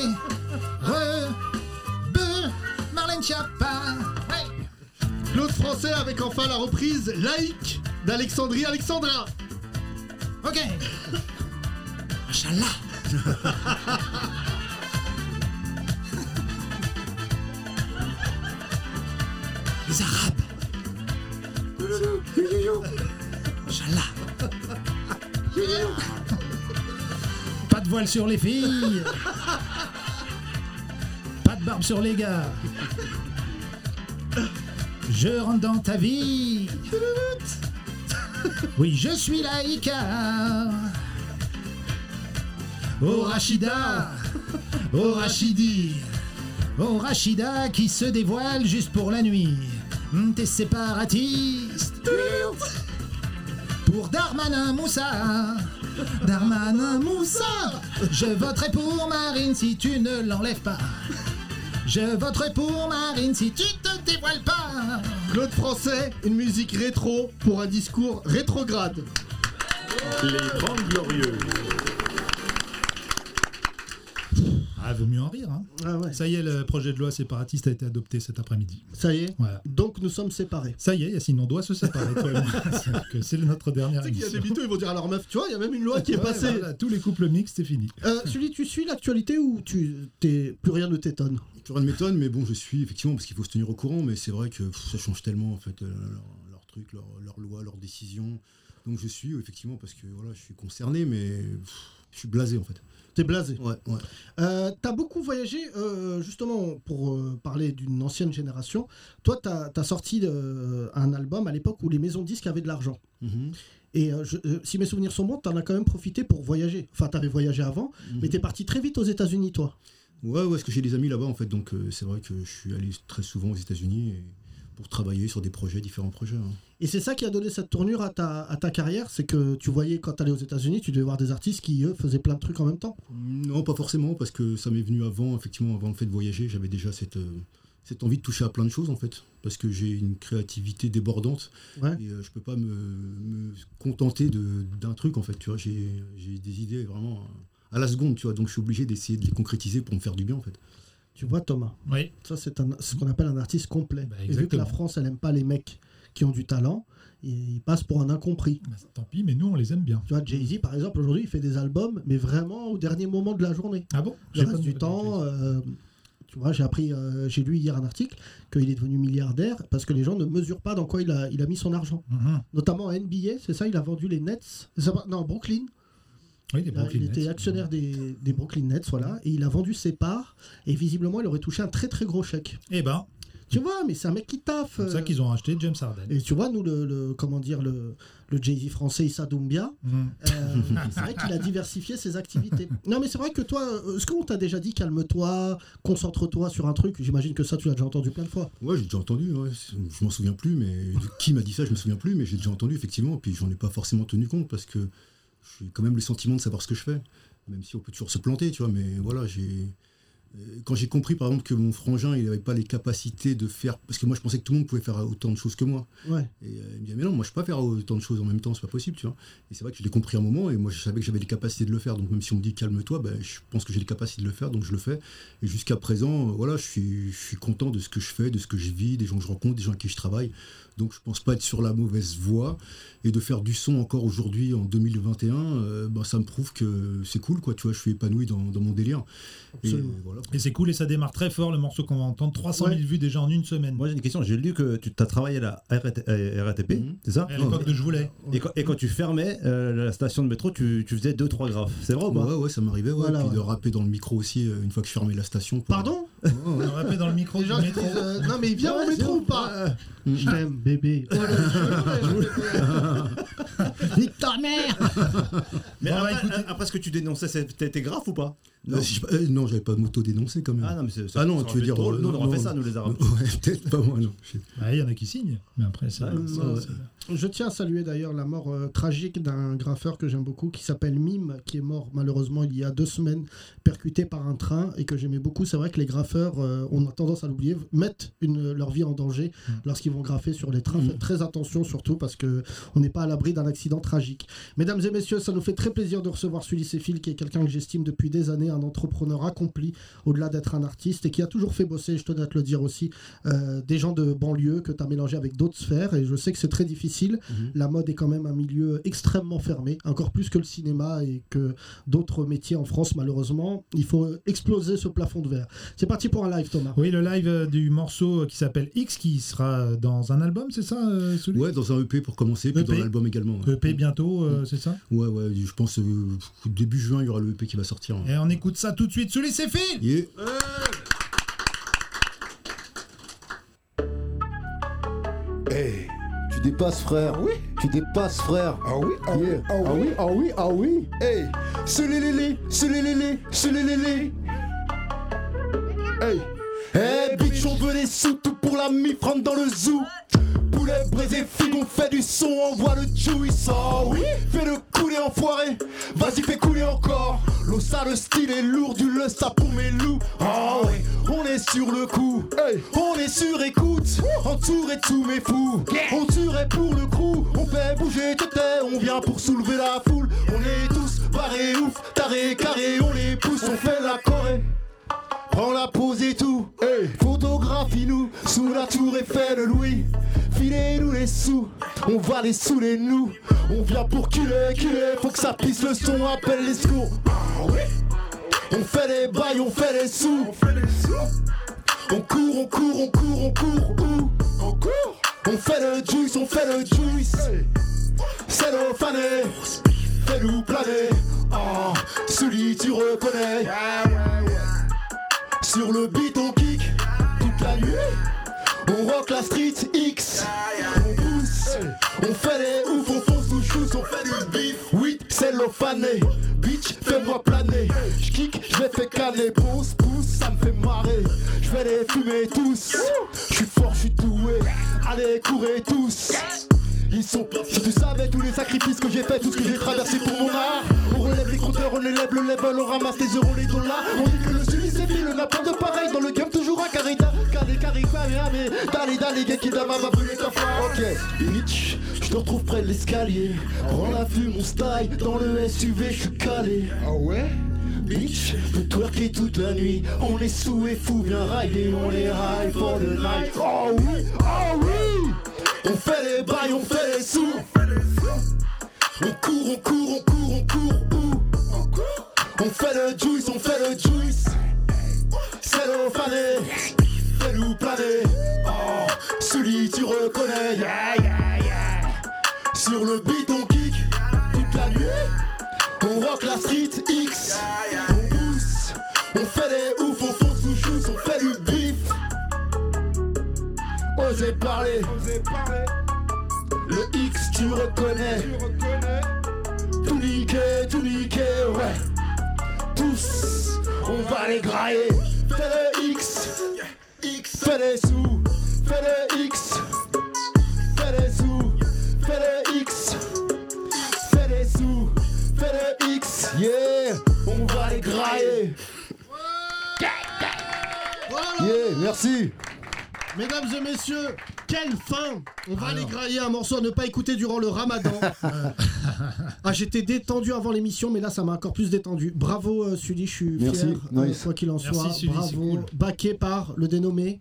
[SPEAKER 4] re be Marlène Chiappa. Ouais.
[SPEAKER 3] Claude Français avec enfin la reprise laïque d'Alexandrie Alexandra.
[SPEAKER 4] Ok. Inch'Allah. Les Arabes. Inch'Allah. Pas de voile sur les filles. Pas de barbe sur les gars. Je rentre dans ta vie. Oui, je suis hein. laïka. Oh Rachida, oh Rachidi, oh Rachida qui se dévoile juste pour la nuit. Hmm, T'es séparatiste. Pour Darmanin Moussa, Darmanin Moussa, je voterai pour Marine si tu ne l'enlèves pas. Je voterai pour Marine si tu te dévoiles pas.
[SPEAKER 3] Claude Français, une musique rétro pour un discours rétrograde.
[SPEAKER 5] Les grandes glorieux.
[SPEAKER 4] Ah, vaut mieux en rire, hein.
[SPEAKER 3] Ah ouais.
[SPEAKER 4] Ça y est, le projet de loi séparatiste a été adopté cet après-midi.
[SPEAKER 3] Ça y est.
[SPEAKER 4] Voilà.
[SPEAKER 3] Donc nous sommes séparés.
[SPEAKER 4] Ça y est, Yacine, on doit se séparer. toi et moi. C'est que C'est notre dernière
[SPEAKER 3] Tu sais qu'il y a des
[SPEAKER 4] émission.
[SPEAKER 3] mythos, ils vont dire à leur meuf, tu vois, il y a même une loi qui est
[SPEAKER 4] Ouais,
[SPEAKER 3] passée.
[SPEAKER 4] voilà, tous les couples mixtes, c'est fini.
[SPEAKER 3] Euh, Sully, tu suis l'actualité ou tu t'es plus rien ne t'étonne
[SPEAKER 6] Plus rien ne m'étonne, mais bon, je suis effectivement parce qu'il faut se tenir au courant, mais c'est vrai que pff, ça change tellement en fait euh, leur, leur truc, leur, leur loi, leurs décisions. Donc je suis effectivement parce que voilà, je suis concerné, mais pff, je suis blasé en fait.
[SPEAKER 3] T'es blasé.
[SPEAKER 6] Ouais, ouais.
[SPEAKER 3] Euh, t'as beaucoup voyagé, euh, justement, pour euh, parler d'une ancienne génération. Toi, t'as as sorti euh, un album à l'époque où les maisons de disques avaient de l'argent.
[SPEAKER 6] Mhm.
[SPEAKER 3] Et euh, je- euh, si mes souvenirs sont bons, t'en as quand même profité pour voyager. Enfin, t'avais voyagé avant,
[SPEAKER 6] Mhm.
[SPEAKER 3] mais t'es parti très vite aux États-Unis, toi.
[SPEAKER 6] Ouais, ouais, parce que j'ai des amis là-bas en fait, donc euh, c'est vrai que je suis allé très souvent aux États-Unis et pour pour travailler sur des projets, différents projets. hein.
[SPEAKER 3] Et c'est ça qui a donné cette tournure à ta, à ta carrière, c'est que tu voyais quand t'allais aux États-Unis, tu devais voir des artistes qui eux faisaient plein de trucs en même temps.
[SPEAKER 6] Non, pas forcément, parce que ça m'est venu avant, effectivement, avant le fait de voyager, j'avais déjà cette, euh, cette envie de toucher à plein de choses, en fait, parce que j'ai une créativité débordante,
[SPEAKER 3] Ouais.
[SPEAKER 6] et euh, je peux pas me, me contenter de- d'un truc, en fait, tu vois, j'ai j'ai des idées vraiment à la seconde, tu vois, donc je suis obligé d'essayer de les concrétiser pour me faire du bien, en fait.
[SPEAKER 3] Tu vois Thomas,
[SPEAKER 4] Oui.
[SPEAKER 3] ça c'est un- ce qu'on appelle un artiste complet.
[SPEAKER 4] Bah,
[SPEAKER 3] et vu que la
[SPEAKER 4] exactement.
[SPEAKER 3] France elle aime pas les mecs qui ont du talent, ils ils passent pour un incompris.
[SPEAKER 4] Bah, tant pis, mais nous, on les aime bien.
[SPEAKER 3] Tu vois Jay-Z par exemple aujourd'hui il fait des albums, mais vraiment au dernier moment de la journée.
[SPEAKER 4] Ah bon
[SPEAKER 3] Le
[SPEAKER 4] J'ai pas
[SPEAKER 3] reste
[SPEAKER 4] de
[SPEAKER 3] du
[SPEAKER 4] nouvelles avec
[SPEAKER 3] temps, euh, tu vois, j'ai appris, euh, j'ai lu hier un article qu'il est devenu milliardaire parce que les gens ne mesurent pas dans quoi il a, il a mis son argent.
[SPEAKER 4] les- Mhm.
[SPEAKER 3] Notamment à NBA, c'est ça, il a vendu les Nets, c'est ça, non Brooklyn,
[SPEAKER 4] Oui, les
[SPEAKER 3] Là,
[SPEAKER 4] Brooklyn
[SPEAKER 3] il était
[SPEAKER 4] Nets.
[SPEAKER 3] actionnaire des, des Brooklyn Nets, voilà, et il a vendu ses parts et visiblement il aurait touché un très très gros chèque.
[SPEAKER 4] Eh ben,
[SPEAKER 3] Tu vois, mais c'est un mec qui taffe.
[SPEAKER 4] c'est pour ça
[SPEAKER 3] euh,
[SPEAKER 4] qu'ils ont racheté James Harden.
[SPEAKER 3] Et tu vois, nous, le, le- comment dire, le, le Jay-Z français Issa Doumbia,
[SPEAKER 4] Mhm.
[SPEAKER 3] euh, c'est vrai qu'il a diversifié ses activités. Non, mais c'est vrai que toi, euh, est-ce qu'on t'a déjà dit calme-toi, concentre-toi sur un truc J'imagine que ça, tu l'as déjà entendu plein de fois.
[SPEAKER 6] Ouais, j'ai déjà entendu, ouais, c'est- je m'en souviens plus, mais qui m'a dit ça, je me souviens plus, mais j'ai déjà entendu, effectivement, puis j'en ai pas forcément tenu compte, parce que j'ai quand même le sentiment de savoir ce que je fais, même si on peut toujours se planter, tu vois, mais voilà, j'ai... euh, Quand j'ai compris, par exemple, que mon frangin, il n'avait pas les capacités de faire... Parce que moi, je pensais que tout le monde pouvait faire autant de choses que moi.
[SPEAKER 3] Ouais.
[SPEAKER 6] Et euh, il me disait, mais non, moi, je peux pas faire autant de choses en même temps, c'est pas possible, tu vois. Et c'est vrai que je l'ai compris un moment, et moi, je savais que j'avais les capacités de le faire. Donc, même si on me dit, calme-toi, ben, je pense que j'ai les capacités de le faire, donc je le fais. Et jusqu'à présent, euh, voilà, je suis, je suis content de ce que je fais, de ce que je vis, des gens que je rencontre, des gens avec qui je travaille. Donc, je pense pas être sur la mauvaise voie. Et de faire du son encore aujourd'hui, en 2021, euh, ben, ça me prouve que c'est cool, quoi, tu vois, je suis épanoui dans, dans mon délire. Et euh,
[SPEAKER 3] Absolument.
[SPEAKER 6] voilà.
[SPEAKER 4] Et c'est cool et ça démarre très fort le morceau qu'on va entendre. 300 000 vues déjà en une semaine.
[SPEAKER 5] Moi j'ai une question, j'ai lu que tu as travaillé à la RAT- euh, RATP,
[SPEAKER 6] Mhm.
[SPEAKER 5] c'est ça
[SPEAKER 4] À l'époque de Je voulais.
[SPEAKER 5] et quand, et quand tu fermais euh, la station de métro, tu, tu faisais 2-3 graphes. C'est vrai ou pas
[SPEAKER 6] Ouais, ouais, ça m'arrivait, ouais.
[SPEAKER 3] Oh, bah. Voilà,
[SPEAKER 6] et puis de
[SPEAKER 3] ouais.
[SPEAKER 6] rapper dans le micro aussi, euh, une fois que je fermais la station. pour- euh,
[SPEAKER 3] Pardon
[SPEAKER 4] On a rappelé dans le micro du
[SPEAKER 3] Déjà, je
[SPEAKER 4] métro.
[SPEAKER 3] dis, euh, Non, mais il vient au métro ou pas
[SPEAKER 6] ouais.
[SPEAKER 3] Je t'aime, bébé. Oh là là, je voulais, je voulais. Nique ta mère
[SPEAKER 5] Mais
[SPEAKER 4] Bon,
[SPEAKER 5] après,
[SPEAKER 4] bah, écoutez-
[SPEAKER 5] après ce que tu dénonçais, c'était t'es grave ou pas
[SPEAKER 6] Non, je sais pas, euh, non, j'avais pas m'auto-dénoncer quand même.
[SPEAKER 5] Ah non, mais c'est- ça-
[SPEAKER 6] Ah non,
[SPEAKER 5] ça aurait
[SPEAKER 6] tu veux
[SPEAKER 5] pu
[SPEAKER 6] dire.
[SPEAKER 5] être drôle.
[SPEAKER 6] euh,
[SPEAKER 5] Nous, on aurait fait
[SPEAKER 6] non,
[SPEAKER 5] ça, nous les Arabes.
[SPEAKER 6] Ouais, peut-être pas moi, non. Je sais pas.
[SPEAKER 4] Bah, Il y en a qui signent, mais après ça.
[SPEAKER 5] Ouais,
[SPEAKER 4] ça-
[SPEAKER 3] ouais.
[SPEAKER 4] ça-
[SPEAKER 3] Je tiens à saluer d'ailleurs la mort euh, tragique d'un graffeur que j'aime beaucoup qui s'appelle Mime, qui est mort malheureusement il y a deux semaines, percuté par un train et que j'aimais beaucoup. C'est vrai que les graffeurs, euh, on a tendance à l'oublier, mettent une- leur vie en danger
[SPEAKER 4] Mm.
[SPEAKER 3] lorsqu'ils vont graffer sur les trains.
[SPEAKER 6] Mm.
[SPEAKER 3] Faites très attention surtout parce que on n'est pas à l'abri d'un accident tragique. Mesdames et messieurs, ça nous fait très plaisir de recevoir Sully Sefil, qui est quelqu'un que j'estime depuis des années, un entrepreneur accompli au-delà d'être un artiste et qui a toujours fait bosser, je tenais à te le dire aussi, euh, des gens de banlieue que tu as mélangé avec d'autres sphères et je sais que c'est très difficile.
[SPEAKER 6] Mhm.
[SPEAKER 3] La mode est quand même un milieu extrêmement fermé, encore plus que le cinéma et que d'autres métiers en France malheureusement. Il faut exploser ce plafond de verre. C'est parti pour un live Thomas.
[SPEAKER 4] Oui, le live euh, du morceau qui s'appelle X qui sera euh, dans un album, c'est ça, euh, Souli
[SPEAKER 6] Ouais, dans un EP pour commencer, puis dans
[SPEAKER 4] EP.
[SPEAKER 6] l'album également. ouais.
[SPEAKER 4] EP bientôt, euh, c'est ça
[SPEAKER 6] Ouais, ouais, je pense euh, début juin, il y aura le EP qui va sortir. hein.
[SPEAKER 4] Et on écoute ça tout de suite. Souli, c'est fini
[SPEAKER 6] Yeah.
[SPEAKER 8] Hey, tu dépasses frère. Oui. Tu dépasses frère.
[SPEAKER 7] Ah oui, ah oui,
[SPEAKER 8] Yeah.
[SPEAKER 7] ah oui.
[SPEAKER 8] ah oui, ah oui. Hey, celé-lélé, celé-lélé, celé-lélé. Hey. Hey, bitch, on veut les sous, tout pour la mi rentre dans le zoo. Poulet, braisé, figue, on fait du son, on voit le juice. Oh oui, fais le couler, enfoiré. Vas-y, fais couler encore. L'eau, ça, le style est lourd, du le, ça pour mes loups. Oh oui, on est sur le coup. On est sur écoute, entouré de tous mes fous. On tuerait pour le crew, on fait bouger tes têtes, on vient pour soulever la foule. On est tous barrés, ouf, tarés, carrés, on les pousse, on fait la corée. Prends la pose et tout, photographie-nous sous la tour Eiffel, Louis. Filez-nous les sous, on va les saouler, nous. On vient pour culer, culer, faut que ça pisse le son, appelle les secours. On fait les bails, on fait les sous. On court, on court, on court, on court, où On court On fait le juice, on fait le juice C'est le fané Fais-nous planer Ah, celui tu reconnais Sur le beat on kick Toute la nuit On rock la street X On pousse On fait les ouf, on fonce, on chousse, on fait du bif Oui, c'est le fané Bitch, fais-moi planer J'kick, j'les fais caler Pousse, pousse, ça me fait marrer Je vais les fumer tous Je suis fort, je suis doué courez tous. Ils sont Si tu savais tous les sacrifices que j'ai fait, tout ce que j'ai traversé pour mon art. On relève les compteurs, on élève le level, on ramasse les euros, les dollars. On dit que le suivi c'est fini, le n'a pas de pareil. Dans le game, toujours un carita. Carré, carré, carré, mais Dali, dali, gekidama, ma brûlé ta foi. Ok, bitch, je te retrouve près de l'escalier. Rends la fume, mon style. Dans le SUV, je suis calé. Ah ouais? Bitch, on peut twerker toute la nuit. On est sous et fou, bien ridé, on est high for the night. Oh oui, oh oui! On fait les bails, on fait les sous. On court, on court, on court, on court, où On fait le juice, on fait le juice. C'est le fané, fais-nous planer. Oh, celui tu reconnais, yeah, yeah, yeah. Sur le beat, on kick toute la nuit. On rock la street X. On pousse, on fait des ouf, on fonce sous chousse, on fait du bif. Osez parler, le X tu reconnais. Tout niqué, tout niqué, ouais. Tous, on va les grailler. Fais le X, X, fais les sous, fais le X, fais les sous, fais le X, fais les sous, fais le X, yeah, on va les grailler. Yeah, merci.
[SPEAKER 3] Mesdames et messieurs, quelle fin On va aller grailler un morceau à ne pas écouter durant le ramadan. Euh, ah, j'étais détendu avant l'émission, mais là, ça m'a encore plus détendu. Bravo, euh, Sully, je suis
[SPEAKER 8] Merci,
[SPEAKER 3] fier, euh,
[SPEAKER 8] nice.
[SPEAKER 3] quoi qu'il en
[SPEAKER 4] Merci,
[SPEAKER 3] soit.
[SPEAKER 4] Sully,
[SPEAKER 3] Bravo,
[SPEAKER 4] c'est cool.
[SPEAKER 3] baqué par le dénommé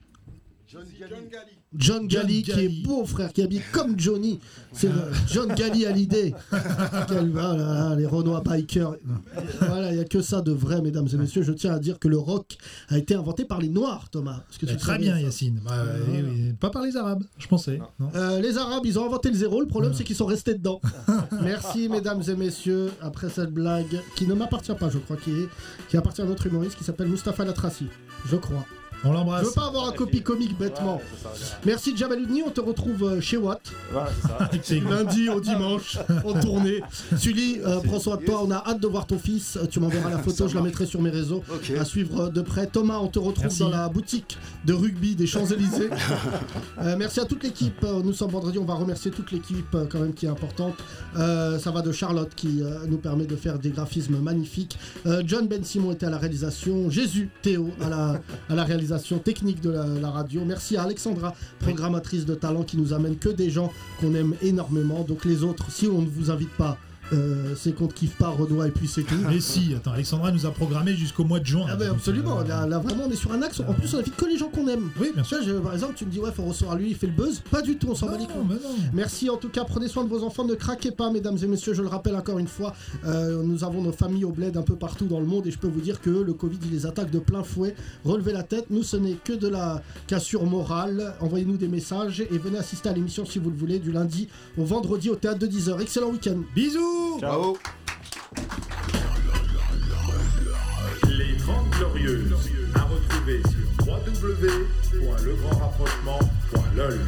[SPEAKER 3] John Galli,
[SPEAKER 4] John
[SPEAKER 3] qui
[SPEAKER 4] Galli.
[SPEAKER 3] est beau frère, qui habille comme Johnny. C'est le John Galli à l'idée. Quel- ah là là, les Renoir Bikers. Voilà, il n'y a que ça de vrai, mesdames et messieurs. Je tiens à dire que le rock a été inventé par les Noirs, Thomas. Est-ce que tu
[SPEAKER 4] Eh,
[SPEAKER 3] le
[SPEAKER 4] Très
[SPEAKER 3] savais
[SPEAKER 4] bien, Yacine.
[SPEAKER 3] Ah.
[SPEAKER 4] Bah, eh oui, Pas par les Arabes, je pensais. non
[SPEAKER 3] Euh, les Arabes, ils ont inventé le zéro. Le problème, c'est qu'ils sont restés dedans. Merci, mesdames et messieurs, après cette blague qui ne m'appartient pas, je crois, qui, est- qui appartient à notre humoriste qui s'appelle Mustapha Latraci. Je crois.
[SPEAKER 4] On
[SPEAKER 3] Je
[SPEAKER 4] l'embrasse.
[SPEAKER 3] veux pas avoir un copie comique bêtement. Merci, Jabaloudni. On te retrouve euh, chez Watt.
[SPEAKER 4] C'est-
[SPEAKER 3] Lundi au dimanche, en tournée. Sully, euh, prends soin de toi. On a hâte de voir ton fils. Euh, Tu m'enverras la photo, je la mettrai sur mes réseaux. À suivre euh, de près. Thomas, on te retrouve
[SPEAKER 4] Merci.
[SPEAKER 3] dans la boutique de rugby des Champs-Élysées. Euh, merci à toute l'équipe. Euh, Nous sommes vendredi. On va remercier toute l'équipe, euh, quand même, qui est importante. Euh, ça va de Charlotte, qui euh, nous permet de faire des graphismes magnifiques. Euh, John Ben Simon était à la réalisation. Jésus Théo à la, à la réalisation technique de la, la radio. Merci à Alexandra, programmatrice de talent, qui nous amène que des gens qu'on aime énormément. Donc les autres, si on ne vous invite pas, euh, c'est qu'on ne kiffe pas Redois et puis c'est tout.
[SPEAKER 4] Mais si, attends, Alexandra nous a programmé jusqu'au mois de juin.
[SPEAKER 3] Ah ben
[SPEAKER 4] Donc,
[SPEAKER 3] absolument,
[SPEAKER 4] euh,
[SPEAKER 3] là, là, vraiment on est sur un axe, en plus on invite que les gens qu'on aime.
[SPEAKER 4] Oui, bien
[SPEAKER 3] Tu
[SPEAKER 4] sûr.
[SPEAKER 3] vois, je- par exemple tu me dis ouais faut recevoir lui, il fait le buzz, pas du tout, on s'en bat les couilles.
[SPEAKER 4] Non, mais non.
[SPEAKER 3] Merci en tout cas, prenez soin de vos enfants, ne craquez pas mesdames et messieurs, je le rappelle encore une fois, euh, nous avons nos familles au bled un peu partout dans le monde et je peux vous dire que eux, le Covid il les attaque de plein fouet, relevez la tête, nous ce n'est que de la cassure morale, envoyez-nous des messages et venez assister à l'émission si vous le voulez du lundi au vendredi au théâtre de 10h. Excellent week-end
[SPEAKER 4] Bisous
[SPEAKER 5] Ciao.
[SPEAKER 7] Les 30 Glorieuses, à retrouver sur www.legrandrapprochement.lol.